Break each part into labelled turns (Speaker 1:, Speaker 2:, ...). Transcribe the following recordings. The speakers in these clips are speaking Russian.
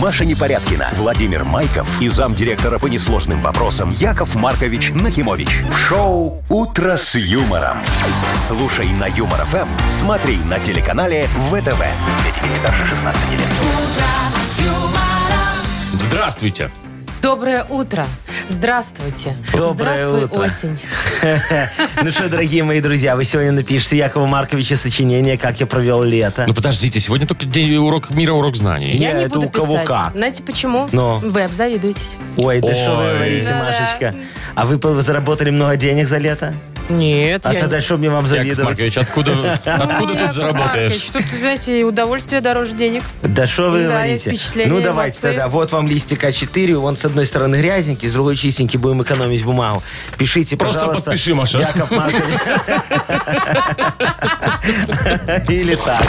Speaker 1: Маша Непорядкина, Владимир Майков и замдиректора по несложным вопросам Яков Маркович Нахимович. В шоу «Утро с юмором». Слушай на Юмор ФМ, смотри на телеканале ВТВ. Для детей старше 16 лет.
Speaker 2: Здравствуйте.
Speaker 3: Доброе утро. Здравствуйте.
Speaker 4: Доброе
Speaker 3: Здравствуй,
Speaker 4: утро.
Speaker 3: осень.
Speaker 4: Ну что, дорогие мои друзья, вы сегодня напишите Якову Марковичу сочинение «Как я провел лето».
Speaker 2: Ну подождите, сегодня только день урок мира, урок знаний.
Speaker 3: Я
Speaker 4: Не,
Speaker 3: не
Speaker 4: это
Speaker 3: буду
Speaker 4: у кого
Speaker 3: писать.
Speaker 4: как.
Speaker 3: Знаете почему?
Speaker 4: Но.
Speaker 3: Вы обзавидуетесь.
Speaker 4: Ой, да что вы
Speaker 2: Ой.
Speaker 4: говорите,
Speaker 3: Да-да.
Speaker 4: Машечка? А вы по- заработали много денег за лето?
Speaker 3: Нет,
Speaker 4: А
Speaker 3: я
Speaker 4: тогда
Speaker 3: не-
Speaker 4: что мне вам
Speaker 2: Яков
Speaker 4: завидовать?
Speaker 2: Маркович, откуда,
Speaker 3: Ну,
Speaker 2: откуда
Speaker 3: Яков
Speaker 2: тут заработаешь?
Speaker 3: Маркович, Тут, знаете, и удовольствие дороже денег.
Speaker 4: Да что вы
Speaker 3: Да, и
Speaker 4: говорите?
Speaker 3: впечатления,
Speaker 4: ну давайте
Speaker 3: эмоции.
Speaker 4: тогда. Вот вам листик А4. Он с одной стороны грязненький, с другой чистенький. Будем экономить бумагу. Пишите,
Speaker 2: Просто
Speaker 4: пожалуйста.
Speaker 2: подпиши, Маша.
Speaker 4: Яков Маркович. Или так.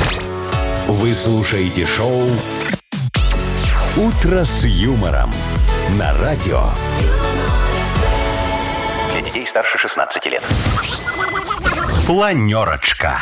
Speaker 1: Вы слушаете шоу «Утро с юмором» на радио. Для детей старше 16 лет. Планерочка.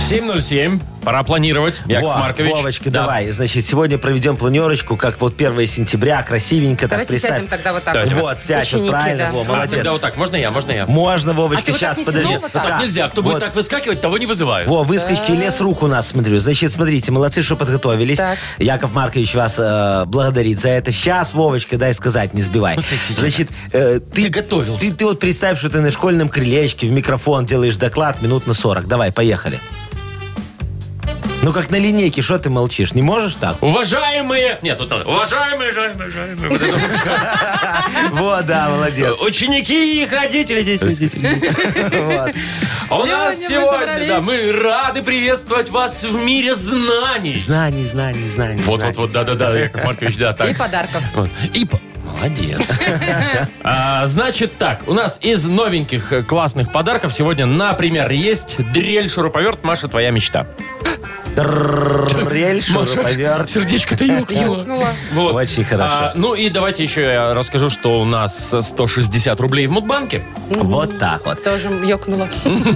Speaker 2: 7.07. Пора планировать, Яков
Speaker 4: Во,
Speaker 2: Маркович.
Speaker 4: Вовочка,
Speaker 2: Да.
Speaker 4: давай. Значит, сегодня проведем планерочку, как вот 1 сентября, красивенько. так
Speaker 3: Давайте
Speaker 4: представь.
Speaker 3: сядем тогда вот так.
Speaker 2: Да,
Speaker 3: вот.
Speaker 4: Вот, сядь, вот
Speaker 3: Ученики,
Speaker 4: правильно,
Speaker 3: да.
Speaker 4: во,
Speaker 2: А,
Speaker 3: А,
Speaker 4: молодец.
Speaker 2: тогда вот так. Можно я? Можно я?
Speaker 4: Можно, Вовочка,
Speaker 3: А ты вот так
Speaker 4: сейчас,
Speaker 3: не
Speaker 4: подожди.
Speaker 3: тянул вот так?
Speaker 2: Так
Speaker 4: Да.
Speaker 2: нельзя. Кто будет
Speaker 4: Вот.
Speaker 2: так выскакивать, того не вызывают.
Speaker 4: Во, выскочки лес рук у нас, смотрю. Значит, смотрите, молодцы, что подготовились.
Speaker 3: Так.
Speaker 4: Яков Маркович вас э, благодарит за это. Сейчас, Вовочка, дай сказать, не сбивай. Значит, э, ты,
Speaker 2: Ты готовился.
Speaker 4: Ты, ты вот представь, что ты на школьном крылечке в микрофон делаешь доклад минут на 40. Давай, поехали. Ну, как на линейке, что ты молчишь? Не можешь так?
Speaker 2: Уважаемые... Нет, тут надо. Уважаемые, уважаемые, уважаемые. Вот это вот всё.
Speaker 4: Вот, да, молодец.
Speaker 2: Ученики и их родители, дети, родители.
Speaker 4: Вот.
Speaker 2: А у нас
Speaker 3: Сегодня мы
Speaker 2: сегодня,
Speaker 3: собрались.
Speaker 2: да, мы рады приветствовать вас в мире знаний.
Speaker 4: Знаний, знаний, знаний. знаний.
Speaker 2: Вот-вот-вот, да-да-да, Яков Маркович, да, так.
Speaker 3: И подарков.
Speaker 2: Вот. И по- Молодец. А, значит так, у нас из новеньких э, классных подарков сегодня, например, есть дрель-шуруповерт «Маша, твоя мечта».
Speaker 4: Трррр, Рель, шуруповерт.
Speaker 2: сердечко-то ёкнуло.
Speaker 3: Ёкнуло.
Speaker 2: Вот.
Speaker 4: Очень хорошо.
Speaker 2: А, ну и давайте еще я расскажу, что у нас 160 рублей в Мудбанке.
Speaker 4: Вот так вот.
Speaker 3: Тоже ёкнуло.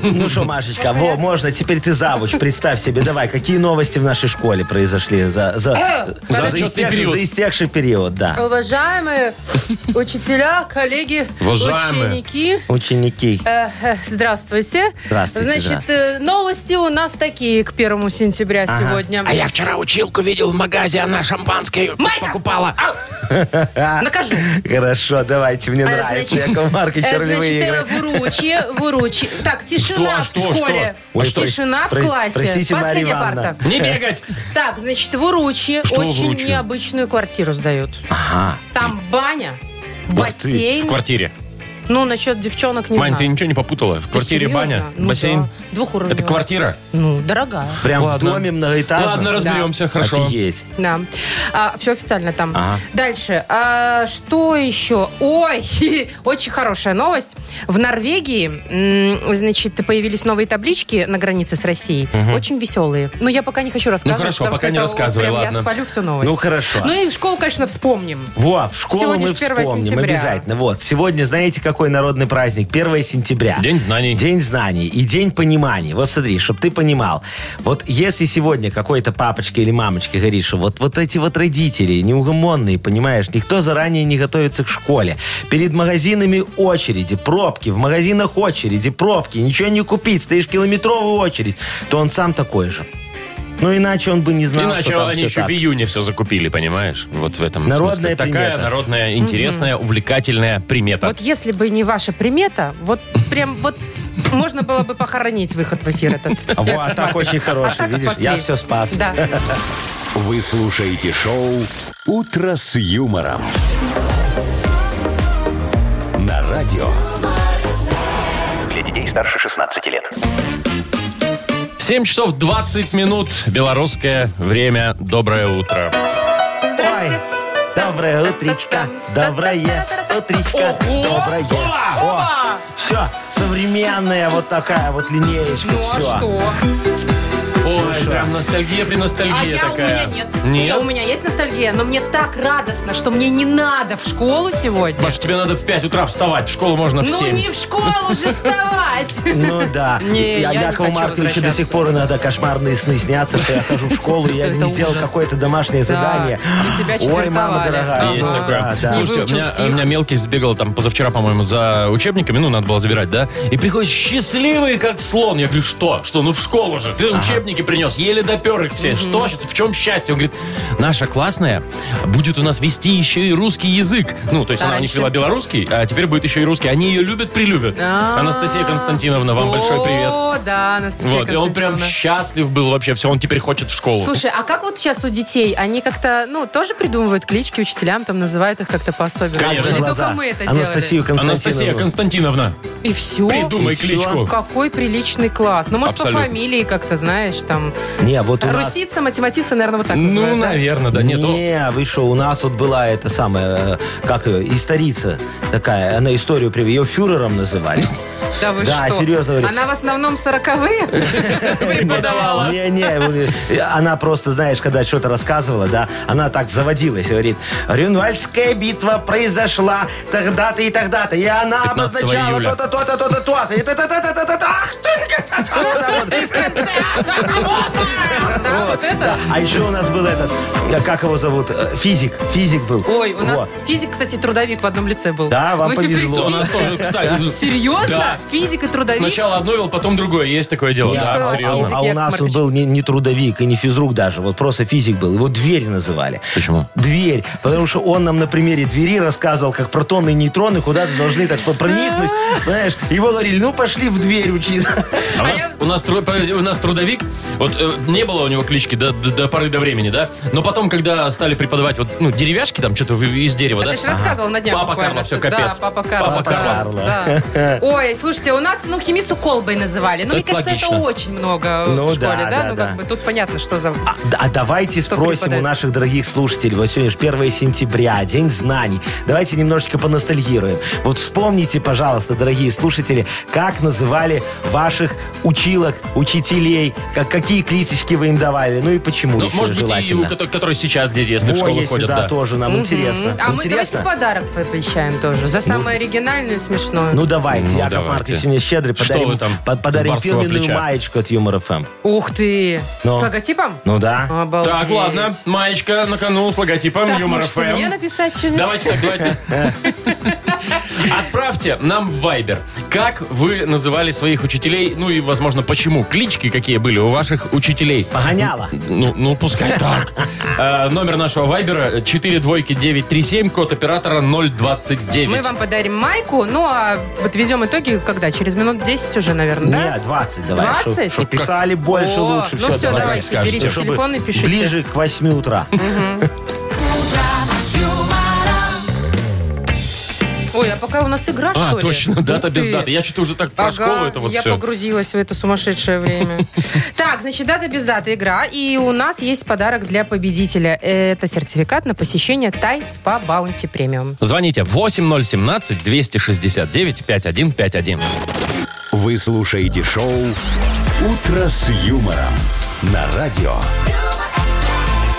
Speaker 4: Ну что, Машечка, во, можно, теперь ты завуч. Представь себе, давай, какие новости в нашей школе произошли за,
Speaker 3: Э,
Speaker 4: за, за,
Speaker 2: отчетный
Speaker 4: истекший,
Speaker 2: период.
Speaker 4: за истекший период, да.
Speaker 3: Уважаемые учителя, коллеги,
Speaker 2: Уважаемые.
Speaker 3: ученики.
Speaker 4: Ученики.
Speaker 3: Э, э, Здравствуйте.
Speaker 4: Здравствуйте,
Speaker 3: Значит, э, новости у нас такие к первому сентября сегодня.
Speaker 5: А я вчера училку видел в магазе, она шампанское покупала.
Speaker 2: А,
Speaker 3: Накажу.
Speaker 4: Хорошо, давайте, мне
Speaker 3: А,
Speaker 4: нравится.
Speaker 3: значит,
Speaker 4: Яков Маркович,
Speaker 3: Э, Значит,
Speaker 4: ролевые
Speaker 3: э,
Speaker 4: игры.
Speaker 3: в уручье, в уручье. Так, тишина
Speaker 2: Что,
Speaker 3: в
Speaker 2: что,
Speaker 3: школе.
Speaker 2: что?
Speaker 4: Ой, что?
Speaker 3: Тишина в
Speaker 4: Про-
Speaker 3: классе.
Speaker 4: простите, Марья
Speaker 3: Последняя
Speaker 4: Ивановна.
Speaker 3: парта.
Speaker 2: Не бегать!
Speaker 3: Так, значит, в уручье
Speaker 2: Что в
Speaker 3: очень
Speaker 2: Уручье?
Speaker 3: необычную квартиру сдают.
Speaker 4: Ага.
Speaker 3: Там баня, бассейн.
Speaker 2: В квартире.
Speaker 3: Ну, насчет девчонок не
Speaker 2: Мань, ты
Speaker 3: знаю.
Speaker 2: ничего не попутала? В квартире
Speaker 3: серьезно?
Speaker 2: баня,
Speaker 3: Ну
Speaker 2: бассейн.
Speaker 3: да. Двухуровневая.
Speaker 2: Это квартира?
Speaker 3: Ну, дорогая.
Speaker 4: Прям
Speaker 2: Ладно.
Speaker 4: в доме многоэтажном.
Speaker 2: Ладно, разберемся, хорошо.
Speaker 4: Офигеть.
Speaker 3: Да. все официально там.
Speaker 4: Ага.
Speaker 3: Дальше. А, что еще? Ой, очень хорошая новость. В Норвегии, м, значит, появились новые таблички на границе с Россией. Очень веселые. Но я пока не хочу рассказывать.
Speaker 2: хорошо,
Speaker 3: потому
Speaker 2: пока
Speaker 3: что
Speaker 2: не
Speaker 3: это
Speaker 2: рассказывай,
Speaker 3: прям
Speaker 2: ладно.
Speaker 3: Я спалю всю новость.
Speaker 4: Ну, хорошо.
Speaker 3: Ну и школу, конечно, вспомним.
Speaker 4: Во, в школу
Speaker 3: Сегодня
Speaker 4: мы
Speaker 3: ж 1
Speaker 4: вспомним
Speaker 3: сентября.
Speaker 4: обязательно. Вот, сегодня, знаете, какой народный праздник? 1 сентября.
Speaker 2: День знаний.
Speaker 4: День знаний и день понимания. Вот смотри, чтобы ты понимал. Вот если сегодня какой-то папочка или мамочка говорит, что вот, вот эти вот родители неугомонные, понимаешь, никто заранее не готовится к школе. Перед магазинами очереди, пробки, в магазинах очереди, пробки, ничего не купить, стоишь километровую очередь, то он сам такой же. Ну, иначе он бы не знал,
Speaker 2: Иначе
Speaker 4: что там
Speaker 2: они
Speaker 4: всё
Speaker 2: еще
Speaker 4: так.
Speaker 2: в июне все закупили, понимаешь? Вот в этом
Speaker 4: Народная
Speaker 2: смысле. Такая
Speaker 4: примета.
Speaker 2: народная, интересная, увлекательная примета.
Speaker 3: Вот если бы не ваша примета, вот прям вот можно было бы похоронить выход в эфир этот.
Speaker 4: Вот, так очень
Speaker 3: А
Speaker 4: хороший,
Speaker 3: так
Speaker 4: видишь, я
Speaker 3: спасли.
Speaker 4: все спас.
Speaker 3: Да.
Speaker 1: Вы слушаете шоу «Утро с юмором» на радио. Для детей старше 16 лет.
Speaker 2: 7 часов 20 минут. Белорусское время. Доброе утро.
Speaker 3: Здрасте.
Speaker 4: Ой, доброе утречко, доброе утречко,
Speaker 2: Ого!
Speaker 4: доброе.
Speaker 3: Опа!
Speaker 4: все, современная вот такая вот линеечка,
Speaker 3: Ну а
Speaker 4: все.
Speaker 3: что?
Speaker 2: Ой, прям ностальгия при
Speaker 3: А
Speaker 2: ностальгии
Speaker 3: я, у меня
Speaker 2: такая.
Speaker 3: нет.
Speaker 2: Нет?
Speaker 3: Не, у меня есть ностальгия, но мне так радостно, что мне не надо в школу сегодня.
Speaker 2: Маш, тебе надо в 5 утра вставать, в школу можно в
Speaker 3: Ну
Speaker 2: 7.
Speaker 3: не в школу же вставать.
Speaker 4: Ну да.
Speaker 3: Не,
Speaker 4: Я-
Speaker 3: я не
Speaker 4: Якову
Speaker 3: хочу
Speaker 4: Марковичу до сих
Speaker 3: возвращаться.
Speaker 4: пор иногда кошмарные сны снятся, что я хожу в школу, я
Speaker 3: Это
Speaker 4: не сделал
Speaker 3: ужас.
Speaker 4: какое-то домашнее задание.
Speaker 3: и тебя Типа,
Speaker 4: Ой, мама
Speaker 3: четвертовали.
Speaker 4: дорогая.
Speaker 2: Есть
Speaker 4: ну
Speaker 2: такое.
Speaker 4: да, да.
Speaker 3: Слушай,
Speaker 2: Слушайте, у
Speaker 3: выучил
Speaker 2: меня,
Speaker 3: стих.
Speaker 2: у меня мелкий сбегал там позавчера, по-моему, за учебниками, ну, надо было забирать, да? И приходит счастливый, как слон. Я говорю, что? Что? Ну, в школу же. Ты учебники принес, еле допер их все. Что? щас- В чем счастье? Он говорит, наша классная будет у нас вести еще и русский язык. Ну, то есть
Speaker 3: А
Speaker 2: она у них
Speaker 3: раньше?
Speaker 2: вела белорусский, а теперь будет еще и русский. Они ее любят-прилюбят.
Speaker 3: А.
Speaker 2: Анастасия Константиновна, вам большой привет.
Speaker 3: О, да, Анастасия
Speaker 2: Вот, и он прям
Speaker 3: Константиновна.
Speaker 2: счастлив был вообще. Все, он теперь хочет в школу.
Speaker 3: Слушай, а как вот сейчас у детей? Они как-то, ну, тоже придумывают клички учителям, там называют их как-то по-особенному.
Speaker 2: Конечно.
Speaker 3: Или
Speaker 4: Глаза.
Speaker 3: а только мы это
Speaker 4: Анастасию
Speaker 2: Анастасия
Speaker 4: Константиновну.
Speaker 2: Константиновна,
Speaker 3: делали? И все?
Speaker 2: придумай
Speaker 4: И всё.
Speaker 2: кличку.
Speaker 3: Какой приличный класс. Ну, может,
Speaker 2: Абсолютно.
Speaker 3: по фамилии как-то, знаешь, там...
Speaker 4: Не, вот у нас...
Speaker 3: Русица, математица, наверное, вот так
Speaker 2: Ну,
Speaker 3: называют, да?
Speaker 2: наверное, да. Нет, ну- он-
Speaker 4: не, вы что, у нас вот была эта самая, э, как ее, историца такая, она историю привела, ее фюрером называли.
Speaker 3: Да вы
Speaker 4: Да,
Speaker 3: что?
Speaker 4: серьезно говорю.
Speaker 3: Она в основном сороковые преподавала.
Speaker 4: Не-не, она просто, знаешь, когда что-то рассказывала, да, она так заводилась, говорит, Рюнвальдская битва произошла тогда-то и тогда-то, и она
Speaker 2: 15
Speaker 4: обозначала
Speaker 2: июля.
Speaker 4: то-то, то-то, то-то, то-то, и та-та-та-та-та-та, ах ты, та-та-та-та-та». Вот.
Speaker 3: И в конце, а, кому-то! Да, вот это.
Speaker 4: А еще у нас был этот, э, как его зовут, Э, физик, физик был.
Speaker 3: Ой, у нас
Speaker 4: Во.
Speaker 3: физик, кстати, трудовик в одном лице был.
Speaker 4: Да, вам
Speaker 3: Мы
Speaker 4: повезло.
Speaker 2: У нас тоже, кстати... ну, Да.
Speaker 3: Серьезно? Физик и трудовик?
Speaker 2: Сначала одно вел, потом другое. Есть такое дело.
Speaker 3: И
Speaker 2: Да,
Speaker 3: что?
Speaker 4: А у-
Speaker 2: серьезно.
Speaker 3: Физик
Speaker 4: а у
Speaker 3: Яков
Speaker 4: нас он
Speaker 3: Маркович.
Speaker 4: был не, не трудовик и не физрук даже, вот просто физик был. Его дверь называли.
Speaker 2: Почему?
Speaker 4: Дверь. Потому что он нам на примере двери рассказывал, как протоны и нейтроны куда-то должны так проникнуть.
Speaker 3: А.
Speaker 4: Знаешь, его говорили, ну пошли в дверь учиться.
Speaker 2: А у, нас, у, нас, тру- по- у нас трудовик, вот э, не было у него клички до, до- до поры до времени, да? Но потом, когда стали преподавать вот, ну, деревяшки там, что-то из дерева,
Speaker 3: А
Speaker 2: да?
Speaker 3: Ты же рассказывал на днях
Speaker 2: Папа
Speaker 3: буквально,
Speaker 2: Карло, всё,
Speaker 3: что-
Speaker 2: капец.
Speaker 3: Да, папа Карло.
Speaker 2: Папа
Speaker 3: да,
Speaker 4: Карло.
Speaker 3: да. Ой, слушайте, у нас, ну, химицу колбой называли. Ну,
Speaker 2: Так
Speaker 3: мне кажется, это
Speaker 2: логично.
Speaker 3: очень много
Speaker 4: Ну,
Speaker 3: в школе,
Speaker 4: да,
Speaker 3: да?
Speaker 4: да,
Speaker 3: ну,
Speaker 4: да.
Speaker 3: как бы, тут понятно, что за...
Speaker 4: А, да, а давайте
Speaker 3: Что
Speaker 4: спросим
Speaker 3: преподает?
Speaker 4: у наших дорогих слушателей. Вот сегодня же 1 сентября, День знаний. Давайте немножечко поностальгируем. Вот вспомните, пожалуйста, дорогие слушатели, как называли ваших училок, учителей, как, какие кличечки вы им давали, ну и почему
Speaker 2: Ну,
Speaker 4: еще
Speaker 2: может быть, и у
Speaker 4: желательно.
Speaker 2: ко- которые сейчас дети, если в
Speaker 4: Во,
Speaker 2: школу
Speaker 4: если
Speaker 2: ходят,
Speaker 4: да,
Speaker 2: да.
Speaker 4: тоже нам
Speaker 3: Мгм.
Speaker 4: интересно.
Speaker 3: А мы давайте
Speaker 4: интересно?
Speaker 3: подарок по- пообещаем тоже. За самое оригинальное и смешное.
Speaker 4: Ну давайте,
Speaker 2: Ну,
Speaker 4: Яков
Speaker 2: давайте.
Speaker 4: Маркович мне щедрый,
Speaker 2: Что
Speaker 4: подарим,
Speaker 2: вы там
Speaker 4: под-
Speaker 2: с
Speaker 4: подарим
Speaker 2: барского
Speaker 4: фирменную
Speaker 2: плеча?
Speaker 4: маечку от Юмор ФМ.
Speaker 3: Ух ты!
Speaker 4: Ну.
Speaker 3: С логотипом?
Speaker 4: Ну да.
Speaker 3: Обалдеть.
Speaker 2: Так, ладно, маечка на кону с логотипом
Speaker 3: Так,
Speaker 2: Юмор Эм.
Speaker 3: может, мне
Speaker 2: ФМ.
Speaker 3: написать что-нибудь?
Speaker 2: Давайте так, давайте. Отправьте нам в Viber, как вы называли своих учителей, ну и, возможно, почему. Клички какие были у ваших учителей.
Speaker 4: Погоняла.
Speaker 2: Ну, ну пускай так. Э, Номер нашего вайбера 42937, код оператора 029.
Speaker 3: Мы вам подарим майку, ну а подведем итоги когда? Через минут 10 уже, наверное, да?
Speaker 4: Не, 20 давай. чтоб-
Speaker 3: 20?
Speaker 4: чтоб писали больше,
Speaker 3: О,
Speaker 4: лучше.
Speaker 3: Ну все, давайте,
Speaker 2: скажете.
Speaker 3: берите
Speaker 4: Чтобы
Speaker 3: телефон и пишите.
Speaker 4: Ближе к 8 утра.
Speaker 3: Ой, а пока у нас игра, что
Speaker 2: А,
Speaker 3: ли?
Speaker 2: точно,
Speaker 3: Ух
Speaker 2: дата без
Speaker 3: ты.
Speaker 2: даты. Я что-то уже так про
Speaker 3: Ага,
Speaker 2: школу это вот
Speaker 3: я
Speaker 2: все.
Speaker 3: погрузилась в это сумасшедшее время. Так, значит, дата без даты игра. И у нас есть подарок для победителя. Это сертификат на посещение Тай Спа Баунти Премиум.
Speaker 2: Звоните 8017-269-5151.
Speaker 1: Вы слушаете шоу «Утро с юмором» на радио.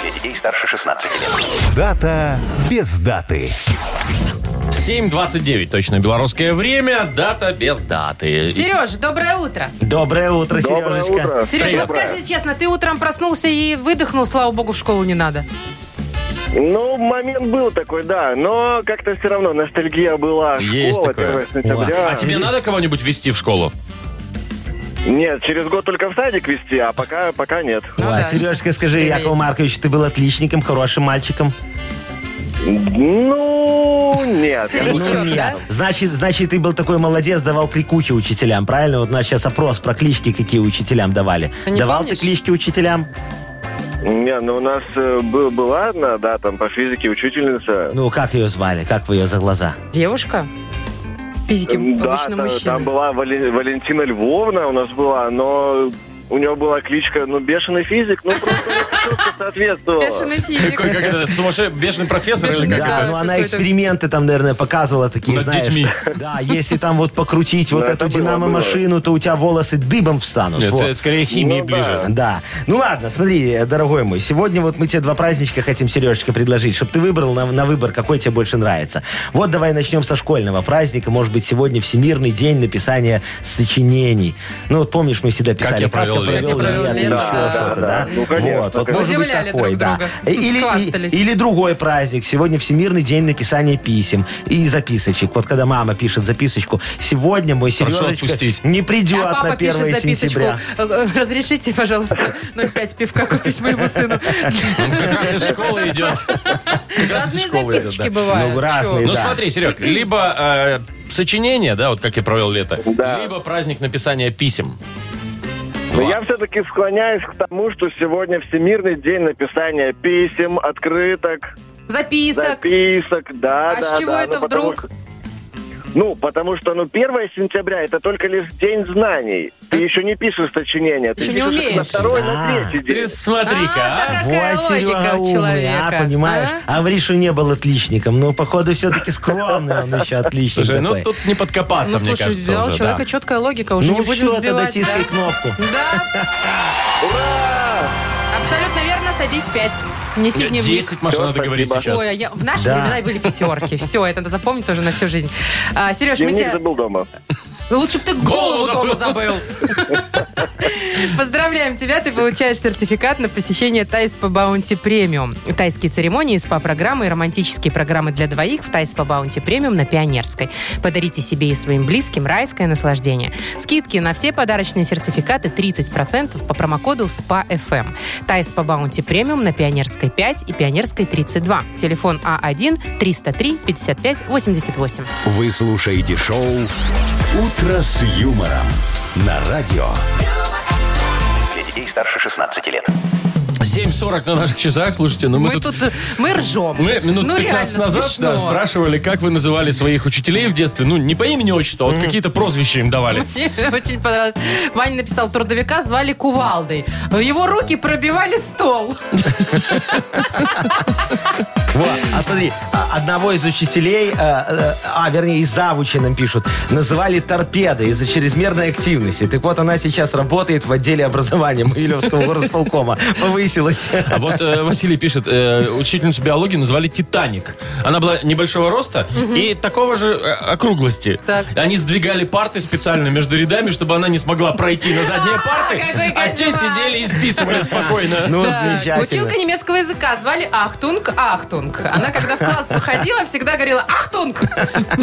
Speaker 1: Для детей старше 16 лет. Дата без даты.
Speaker 2: 7.29, точно белорусское время, дата без даты.
Speaker 3: Сереж, доброе утро.
Speaker 4: Доброе утро,
Speaker 6: Доброе
Speaker 4: Сережечка.
Speaker 6: утро.
Speaker 3: Сереж, вот
Speaker 6: Доброе.
Speaker 3: скажи честно, ты утром проснулся и выдохнул, слава богу, в школу не надо.
Speaker 6: Ну, момент был такой, да, но как-то все равно ностальгия была.
Speaker 2: Есть
Speaker 6: Школа,
Speaker 2: такое.
Speaker 6: 1 сентября.
Speaker 2: А тебе надо кого-нибудь вести в школу?
Speaker 6: Нет, через год только в садик вести, а пока, пока нет.
Speaker 2: А?
Speaker 3: Ну
Speaker 4: Ой,
Speaker 3: да.
Speaker 4: Сережечка, скажи,
Speaker 3: Привет.
Speaker 4: Яков Маркович, ты был отличником, хорошим мальчиком?
Speaker 6: Ну, нет.
Speaker 3: Среднячок,
Speaker 4: Ну, нет.
Speaker 3: да?
Speaker 4: Значит, значит, ты был такой молодец, давал кликухи учителям, правильно? Вот у нас сейчас опрос про клички, какие учителям давали.
Speaker 3: Ты Ну, не
Speaker 4: давал
Speaker 3: помнишь?
Speaker 4: ты клички учителям?
Speaker 6: Не, ну у нас э, был- была одна, да, там по физике учительница.
Speaker 4: Ну, как ее звали? Как вы ее за глаза?
Speaker 3: Девушка? Физики,
Speaker 6: М, Да,
Speaker 3: обычно
Speaker 6: та-
Speaker 3: мужчины.
Speaker 6: там была Вали- Валентина Львовна у нас была, но у него была кличка, ну, бешеный физик, ну, просто всё соответствовало.
Speaker 3: Бешеный физик.
Speaker 2: Такой, как это, сумасшедший, бешеный профессор или
Speaker 3: Бешеный,
Speaker 2: как
Speaker 3: да.
Speaker 2: это?
Speaker 4: Да, ну она
Speaker 3: какой-то-
Speaker 4: эксперименты там, наверное, показывала такие,
Speaker 2: Над
Speaker 4: знаешь.
Speaker 2: детьми.
Speaker 4: Да, если там вот покрутить вот
Speaker 6: Да,
Speaker 4: эту
Speaker 6: Ну, это было,
Speaker 4: динамо-машину, то у тебя волосы дыбом встанут.
Speaker 2: Нет,
Speaker 4: вот.
Speaker 2: это скорее химии
Speaker 6: Ну, да.
Speaker 2: ближе.
Speaker 4: Да. Ну ладно, смотри, э, дорогой мой, сегодня вот мы тебе два праздничка хотим, Сережечка, предложить, чтобы ты выбрал на, на выбор, какой тебе больше нравится. Вот давай начнем со школьного праздника. Может быть, сегодня Всемирный день написания сочинений. Ну вот помнишь, мы всегда писали,
Speaker 2: я провел лето».
Speaker 3: «Как я провел
Speaker 4: лето»,
Speaker 3: лето,
Speaker 4: еще
Speaker 3: да,
Speaker 4: что-то,
Speaker 6: да,
Speaker 4: да?
Speaker 6: да. Ну, конечно,
Speaker 4: вот, вот может
Speaker 6: конечно.
Speaker 4: быть
Speaker 3: Удивляли
Speaker 4: такой,
Speaker 3: друг
Speaker 4: да.
Speaker 3: друга, Ну,
Speaker 4: И- Или, и-
Speaker 3: схвастались.
Speaker 4: или другой праздник. Сегодня Всемирный день написания писем и записочек. Вот когда мама пишет записочку, сегодня мой
Speaker 2: Прошу
Speaker 4: Сережечка
Speaker 2: отпустить.
Speaker 4: не придет
Speaker 3: А
Speaker 4: на
Speaker 3: папа
Speaker 4: 1
Speaker 3: пишет записочку.
Speaker 4: сентября.
Speaker 3: э, э, Разрешите, пожалуйста, 0,5 пивка купить моему сыну.
Speaker 2: Он как раз из школы идет. Ну, Как раз из
Speaker 3: Разные
Speaker 2: школы идет, да.
Speaker 3: записочки бывают.
Speaker 4: Ну, разные,
Speaker 2: Ну
Speaker 4: да.
Speaker 2: смотри, Серег, либо э, сочинение, да, вот как я провел лето,
Speaker 6: Да.
Speaker 2: либо праздник написания писем.
Speaker 6: Но я все-таки склоняюсь к тому, что сегодня Всемирный день написания писем, открыток,
Speaker 3: Записок.
Speaker 6: записок, да,
Speaker 3: А с
Speaker 6: да,
Speaker 3: чего
Speaker 6: да,
Speaker 3: это
Speaker 6: ну, потому
Speaker 3: вдруг?
Speaker 6: что- Ну, потому что, ну, 1 сентября это только лишь день знаний. Ты еще не пишешь сочинения. Ты
Speaker 3: Еще Э, не
Speaker 6: пишешь их
Speaker 3: умеешь.
Speaker 6: на второй,
Speaker 4: Да.
Speaker 6: на третий
Speaker 2: Ты
Speaker 6: день.
Speaker 2: смотри-ка, а.
Speaker 3: А, Какая
Speaker 4: Во,
Speaker 3: логика
Speaker 4: Серега
Speaker 3: у
Speaker 4: умный,
Speaker 3: человека,
Speaker 4: а, понимаешь? А? Гришу не был отличником, но, походу, все-таки скромный он еще отличник
Speaker 2: Слушай, ну
Speaker 4: такой.
Speaker 2: тут не подкопаться,
Speaker 3: Ну,
Speaker 2: мне
Speaker 3: слушай,
Speaker 2: кажется,
Speaker 3: да, у
Speaker 2: уже,
Speaker 3: человека
Speaker 2: да.
Speaker 3: четкая логика, уже
Speaker 4: Ну
Speaker 3: не будем
Speaker 4: всё, тогда
Speaker 3: сбивать.
Speaker 4: тискай
Speaker 3: да?
Speaker 4: кнопку.
Speaker 3: Да, абсолютно верно, садись пять. Неси дневник.
Speaker 2: 10 машин надо говорить сейчас.
Speaker 3: Ой, а я- в наши
Speaker 4: Да.
Speaker 3: времена были пятерки. Все, это надо запомнить уже на всю жизнь. А, Сереж, мы
Speaker 6: Дневник
Speaker 3: тебя...
Speaker 6: забыл дома.
Speaker 3: Лучше бы ты голову
Speaker 2: Голову
Speaker 3: дома забыл.
Speaker 2: забыл.
Speaker 3: Поздравляем тебя, ты получаешь сертификат на посещение Тайс по Баунти Премиум. Тайские церемонии, СПА-программы и романтические программы для двоих в Тайс по Баунти Премиум на Пионерской. Подарите себе и своим близким райское наслаждение. Скидки на все подарочные сертификаты 30% по промокоду СПА-ФМ. Тайс по Баунти Премиум на Пионерской 5 и Пионерской 32. Телефон А А1-303-55-88.
Speaker 1: Вы слушаете шоу «Утро с юмором» на радио.
Speaker 7: Для детей старше 16 лет.
Speaker 2: 7.40 на наших часах, слушайте, ну
Speaker 3: Мы,
Speaker 2: мы,
Speaker 3: тут, мы ржем.
Speaker 2: Мы минут 15
Speaker 3: Ну, реально
Speaker 2: назад
Speaker 3: смешно.
Speaker 2: да, спрашивали, как вы называли своих учителей в детстве. Ну, не по имени-отчеству, а вот какие-то прозвища им давали.
Speaker 3: Мне очень понравилось. Ваня написал, трудовика звали Кувалдой. Его руки пробивали стол.
Speaker 4: Во, а смотри, а, одного из учителей, э, э, а, вернее, из завучи нам пишут, называли торпедой из-за чрезмерной активности. Так вот, она сейчас работает в отделе образования Могилевского горосполкома. Повысилась.
Speaker 2: А вот э, Василий пишет, э, учительницу биологии назвали Титаник. Она была небольшого роста и такого же э, округлости.
Speaker 3: Так.
Speaker 2: Они сдвигали парты специально между рядами, чтобы она не смогла пройти на задние парты,
Speaker 3: какой
Speaker 2: а те
Speaker 3: кошмар.
Speaker 2: сидели и списывали спокойно.
Speaker 4: Ну,
Speaker 3: Так,
Speaker 4: замечательно.
Speaker 3: Училка немецкого языка звали Ахтунг Ахтунг. Она, когда в класс выходила, всегда говорила Ахтунг.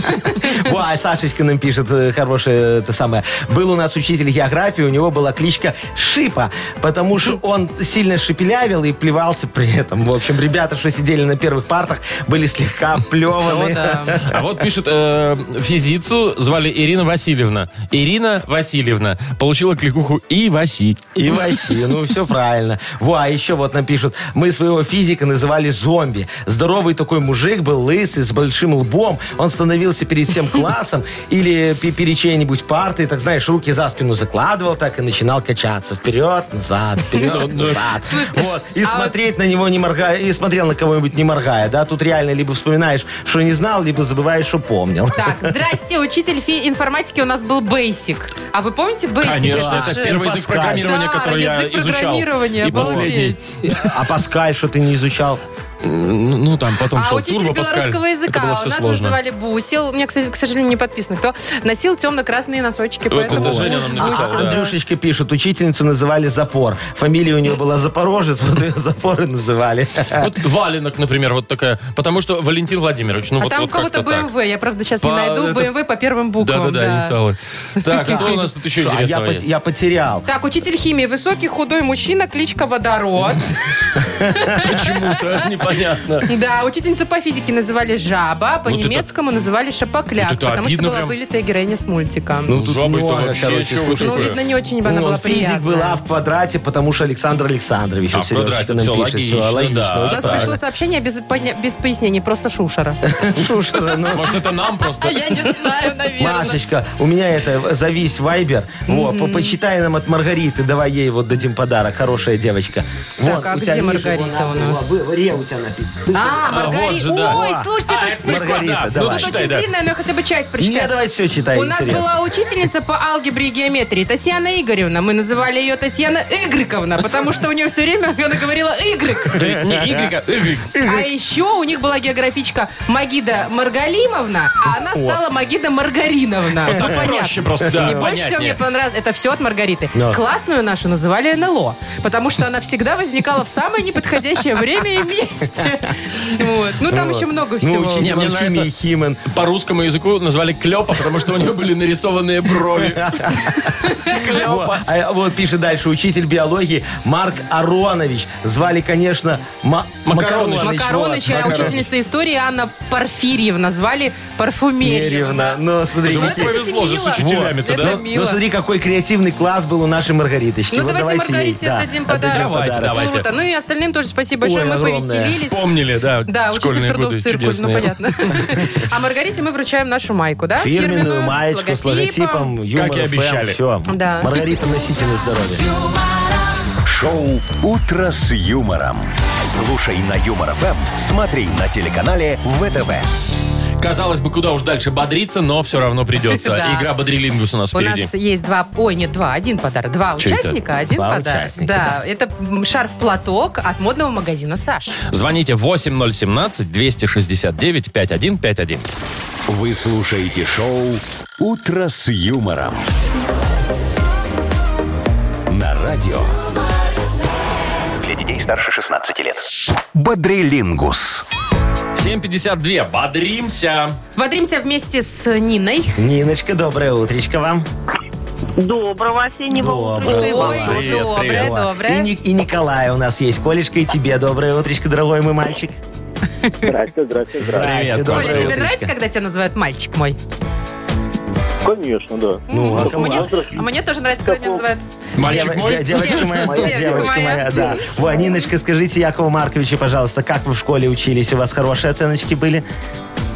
Speaker 4: Во, а Сашечка нам пишет э, хорошее это самое. Был у нас учитель географии, у него была кличка Шипа, потому что он сильно шепелявил и плевался при этом. В общем, ребята, что сидели на первых партах, были слегка
Speaker 3: О,
Speaker 4: плеваны.
Speaker 3: да.
Speaker 2: А вот пишет, э, физицу звали Ирина Васильевна. Ирина Васильевна получила кликуху и Васи.
Speaker 4: И Васи, ну все правильно. Во, а еще вот нам пишут, мы своего физика называли зомби. Здоровый такой мужик был, лысый, с большим лбом. Он становился перед всем классом или пе- перед чьей-нибудь партой, так знаешь, руки за спину закладывал так и начинал качаться вперед, назад, вперед, назад. Вот. И смотреть на него не моргая, и смотрел на кого-нибудь не моргая, да, тут реально либо вспоминаешь, что не знал, либо забываешь, что помнил.
Speaker 3: Так, здрасте, учитель фи- информатики у нас был Бейсик. А вы помните Бейсик?
Speaker 2: Конечно, это первый язык
Speaker 4: Паскаль.
Speaker 2: программирования,
Speaker 3: Да,
Speaker 2: который я
Speaker 3: язык
Speaker 2: изучал.
Speaker 3: программирования,
Speaker 2: И последний.
Speaker 3: обалдеть.
Speaker 4: А Паскаль, что ты не изучал?
Speaker 2: Ну, ну, там потом
Speaker 3: А
Speaker 2: шел
Speaker 3: учитель
Speaker 2: Турбо Паскаль.
Speaker 3: белорусского
Speaker 2: Это было
Speaker 3: языка у
Speaker 2: всё
Speaker 3: нас
Speaker 2: сложно.
Speaker 3: называли Бусил. У меня, кстати, к сожалению, не подписано кто. Носил темно-красные носочки.
Speaker 2: Вот это
Speaker 3: поэтому-
Speaker 2: Женя нам
Speaker 3: Бусил.
Speaker 4: А,
Speaker 2: написала, да.
Speaker 4: Андрюшечка пишет, учительницу называли Запор. Фамилия у нее была Запорожец, вот ее Запоры называли.
Speaker 2: Вот Валенок, например, вот такая. Потому что Валентин Владимирович. Ну,
Speaker 3: А
Speaker 2: вот,
Speaker 3: там у
Speaker 2: вот
Speaker 3: кого-то
Speaker 2: как-то так.
Speaker 3: БМВ, я правда сейчас не
Speaker 2: По-
Speaker 3: найду.
Speaker 2: это-
Speaker 3: БМВ по первым буквам.
Speaker 2: Да-да-да,
Speaker 3: да.
Speaker 2: инициалы. Так, что у нас тут еще
Speaker 4: Что, а я,
Speaker 2: интересного
Speaker 4: пот-
Speaker 2: есть?
Speaker 4: я потерял.
Speaker 3: Так, учитель химии, высокий, худой мужчина, кличка Водород.
Speaker 2: Почему-то Понятно.
Speaker 3: Да, учительницу по физике называли жаба,
Speaker 2: Вот это-
Speaker 3: по-немецкому называли шапокляк,
Speaker 2: Вот это
Speaker 3: потому что
Speaker 2: обидно
Speaker 3: была
Speaker 2: прям.
Speaker 3: вылитая героиня с мультика. Ну,
Speaker 2: Ну, жаба это
Speaker 4: много,
Speaker 2: вообще
Speaker 4: короче,
Speaker 2: чего уж
Speaker 4: слушайте.
Speaker 2: такое.
Speaker 3: видно, не очень бы она
Speaker 4: Ну,
Speaker 3: была
Speaker 4: физик
Speaker 3: приятная.
Speaker 4: была в квадрате, потому что Александр Александрович.
Speaker 2: А,
Speaker 4: вот,
Speaker 2: в
Speaker 4: Сережа,
Speaker 2: квадрате,
Speaker 4: ты нам
Speaker 2: всё
Speaker 4: пишешь,
Speaker 2: логично,
Speaker 4: всё логично,
Speaker 2: да.
Speaker 4: очень
Speaker 3: У нас
Speaker 2: правильно.
Speaker 3: пришло сообщение без, поня- без пояснений, просто шушера.
Speaker 4: Шушера, ну.
Speaker 2: Может, это нам
Speaker 3: А
Speaker 2: просто...
Speaker 3: я не знаю, наверное.
Speaker 4: Машечка, у меня это, завись Вайбер. Во, по- почитай нам от Маргариты, давай ей вот дадим подарок. Хорошая девочка.
Speaker 3: Так,
Speaker 4: Вон,
Speaker 3: а
Speaker 4: у
Speaker 3: где
Speaker 4: тебя ниже,
Speaker 3: Маргарита
Speaker 4: вон, а,
Speaker 3: у нас?
Speaker 4: во, в Ре у тебя написано.
Speaker 3: А,
Speaker 2: вот
Speaker 3: Маргарита.
Speaker 2: же, да.
Speaker 3: Ой, слушайте, это
Speaker 2: А,
Speaker 3: очень
Speaker 2: это
Speaker 3: смешно.
Speaker 4: Маргарита,
Speaker 2: Да,
Speaker 4: давай.
Speaker 2: ну
Speaker 3: Тут
Speaker 2: читай,
Speaker 3: очень
Speaker 2: да.
Speaker 3: длинная, но я хотя бы часть
Speaker 4: Не,
Speaker 3: прочитаю.
Speaker 4: давай все читай,
Speaker 3: У нас
Speaker 4: интересно.
Speaker 3: была учительница по алгебре и геометрии Татьяна Игоревна. Мы называли ее Татьяна Игриковна, потому что у нее все время она говорила Игрик.
Speaker 2: Да ведь Не Игрика, Игрик.
Speaker 3: А еще у них была географичка Магида Маргалимовна, а она стала Магида Маргариновна. Ну,
Speaker 2: Так проще просто, да,
Speaker 3: И больше всего
Speaker 2: понятнее.
Speaker 3: мне понравилось, это все от Маргариты.
Speaker 4: Да.
Speaker 3: Классную нашу называли НЛО, потому что она всегда возникала в самое неподходящее время и месте. Вот. Ну, там еще много
Speaker 4: Ну,
Speaker 3: всего.
Speaker 2: Не, мне
Speaker 4: учитель
Speaker 2: нравится-
Speaker 4: химии Химен.
Speaker 2: По русскому языку назвали Клёпа, потому что у него были нарисованные брови.
Speaker 4: Вот,
Speaker 2: Клёпа.
Speaker 4: а вот пишет дальше учитель биологии Марк Аронович. Звали, конечно, Ма-
Speaker 2: Макароныч.
Speaker 4: Макароныч.
Speaker 3: Макароныч,
Speaker 4: вот,
Speaker 3: а учительница истории Анна Порфирьевна назвали
Speaker 4: Меревна.
Speaker 3: Парфумерьевна.
Speaker 4: Ну, смотри,
Speaker 2: Слушай, ну,
Speaker 4: какие-
Speaker 3: кстати,
Speaker 2: повезло же с
Speaker 3: мило.
Speaker 2: учителями-то,
Speaker 3: Это
Speaker 2: да?
Speaker 4: Ну,
Speaker 3: мило.
Speaker 4: смотри, какой креативный класс был у нашей Маргариточки.
Speaker 3: Ну,
Speaker 4: Вот
Speaker 3: давайте Маргарите
Speaker 4: ей, да,
Speaker 3: отдадим подарок.
Speaker 2: Давайте, давайте.
Speaker 3: Круто. Ну и остальным тоже спасибо большое.
Speaker 4: Ой,
Speaker 3: Мы
Speaker 4: огромное.
Speaker 3: повеселились.
Speaker 2: Помнили, да,
Speaker 3: Да, учитель
Speaker 2: школьные годы
Speaker 3: трудов циркуль, ну
Speaker 2: чудесные.
Speaker 3: понятно. А Маргарите мы вручаем нашу майку, да?
Speaker 4: Фирменную маечку с логотипом юмора
Speaker 2: Как и обещали.
Speaker 4: Все.
Speaker 3: Да.
Speaker 4: Маргарита, носите на здоровье.
Speaker 1: Шоу «Утро с юмором». Слушай на Юмор ФМ, смотри на телеканале ВТВ.
Speaker 2: Казалось бы, куда уж дальше бодриться, но все равно придется.
Speaker 3: Да.
Speaker 2: Игра Бодрилингус у нас
Speaker 3: У
Speaker 2: впереди.
Speaker 3: нас есть два, ой, нет, два, один подарок. Два
Speaker 2: Чё это?
Speaker 3: участника, один
Speaker 4: Два
Speaker 3: подарок.
Speaker 4: участника,
Speaker 3: да, это м, шарф-платок от модного магазина «Саш».
Speaker 2: Звоните 8017-269-5151.
Speaker 1: Вы слушаете шоу «Утро с юмором». На радио
Speaker 7: Для детей старше 16 лет.
Speaker 1: «Бодрилингус».
Speaker 2: 7.52. Бодримся.
Speaker 3: Бодримся вместе с Ниной.
Speaker 4: Ниночка, доброе утречко вам.
Speaker 8: Доброго осеннего
Speaker 4: Доброе.
Speaker 8: утра. и вам.
Speaker 3: Ой,
Speaker 2: привет,
Speaker 3: доброе,
Speaker 2: привет.
Speaker 4: Вот. И,
Speaker 3: доброе.
Speaker 4: Ник- и Николай у нас есть. Колечка, и тебе доброе утречко, дорогой мой мальчик.
Speaker 6: Здрасте, здрасте, здрасте.
Speaker 4: Здрасте,
Speaker 2: Привет,
Speaker 4: доброе
Speaker 3: Коля, тебе
Speaker 4: утречко.
Speaker 3: нравится, когда тебя называют мальчик мой?
Speaker 6: Конечно, да.
Speaker 4: Ну, а кому?
Speaker 3: мне,
Speaker 6: Здравствуйте.
Speaker 3: а мне тоже нравится, когда меня называют.
Speaker 2: Мальчик
Speaker 4: Дева-
Speaker 2: мой.
Speaker 4: де- Девочка моя,
Speaker 3: Девочка,
Speaker 4: девочка,
Speaker 3: девочка
Speaker 4: моя,
Speaker 3: моя.
Speaker 4: да. Во, Ниночка, скажите Якову Марковичу, пожалуйста, как вы в школе учились? У вас хорошие оценочки были?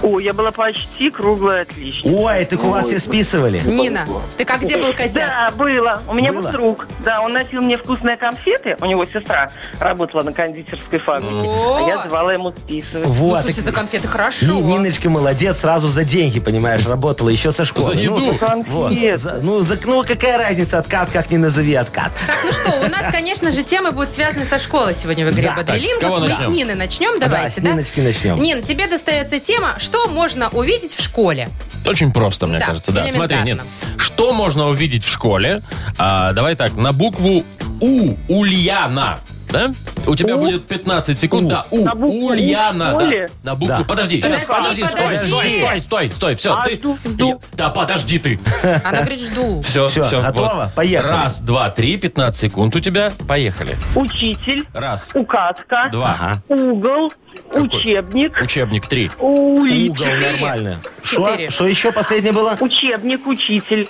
Speaker 8: О, я была почти круглая отлично.
Speaker 4: Ой, так у вас все списывали.
Speaker 3: Нина, ты как где был козел?
Speaker 8: Да, было. У меня
Speaker 4: Было?
Speaker 8: был друг. Да, он носил мне вкусные конфеты. У него сестра работала на кондитерской фабрике.
Speaker 3: О.
Speaker 8: А я звала ему списывать.
Speaker 3: Ну,
Speaker 4: Вот.
Speaker 3: слушай,
Speaker 4: так-
Speaker 3: за а? конфеты хорошо.
Speaker 4: Ни- Ниночка молодец, сразу за деньги, понимаешь, работала еще со школы.
Speaker 2: За еду.
Speaker 4: Ну,
Speaker 8: Конфеты.
Speaker 4: вот, за- ну, за- ну, какая разница, откат, как не назови откат.
Speaker 3: Так, ну что, у нас, конечно же, темы будут связаны со школой сегодня в игре
Speaker 4: Да,
Speaker 3: «Бодрилингус».
Speaker 2: так, с кого
Speaker 3: Мы
Speaker 2: начнем?
Speaker 3: с Ниной начнем, давайте,
Speaker 4: с
Speaker 3: да?
Speaker 4: Ниночки начнем.
Speaker 3: Нин, тебе достается тема «Что можно увидеть в школе?»
Speaker 2: Очень просто, мне
Speaker 3: Да,
Speaker 2: кажется. Да, смотри, нет.
Speaker 3: элементарно.
Speaker 2: Что можно увидеть в школе? А, давай так, на букву У. Ульяна. Да? У тебя будет 15 секунд.
Speaker 4: У.
Speaker 2: Да, У.
Speaker 8: На букву У в
Speaker 2: Ульяна. да.
Speaker 8: школе?
Speaker 2: На букву.
Speaker 4: Да.
Speaker 2: Подожди, сейчас,
Speaker 3: Подожди,
Speaker 2: подожди, стой,
Speaker 3: подожди.
Speaker 2: стой, стой, стой, стой. Все,
Speaker 8: А
Speaker 2: ты.
Speaker 8: ду- ду-
Speaker 2: Да, подожди ты.
Speaker 3: Она говорит, жду.
Speaker 2: Все, все.
Speaker 4: Всё, готово? Поехали.
Speaker 2: Раз, два, три, 15 секунд у тебя. Поехали.
Speaker 8: Учитель,
Speaker 2: Раз,
Speaker 8: указка,
Speaker 2: два.
Speaker 4: Ага.
Speaker 8: угол,
Speaker 2: Какой?
Speaker 8: учебник,
Speaker 2: Учебник три.
Speaker 8: уличка.
Speaker 4: Угол нормально. Что
Speaker 3: Четыре.
Speaker 4: Что еще последнее было?
Speaker 8: Учебник, учитель,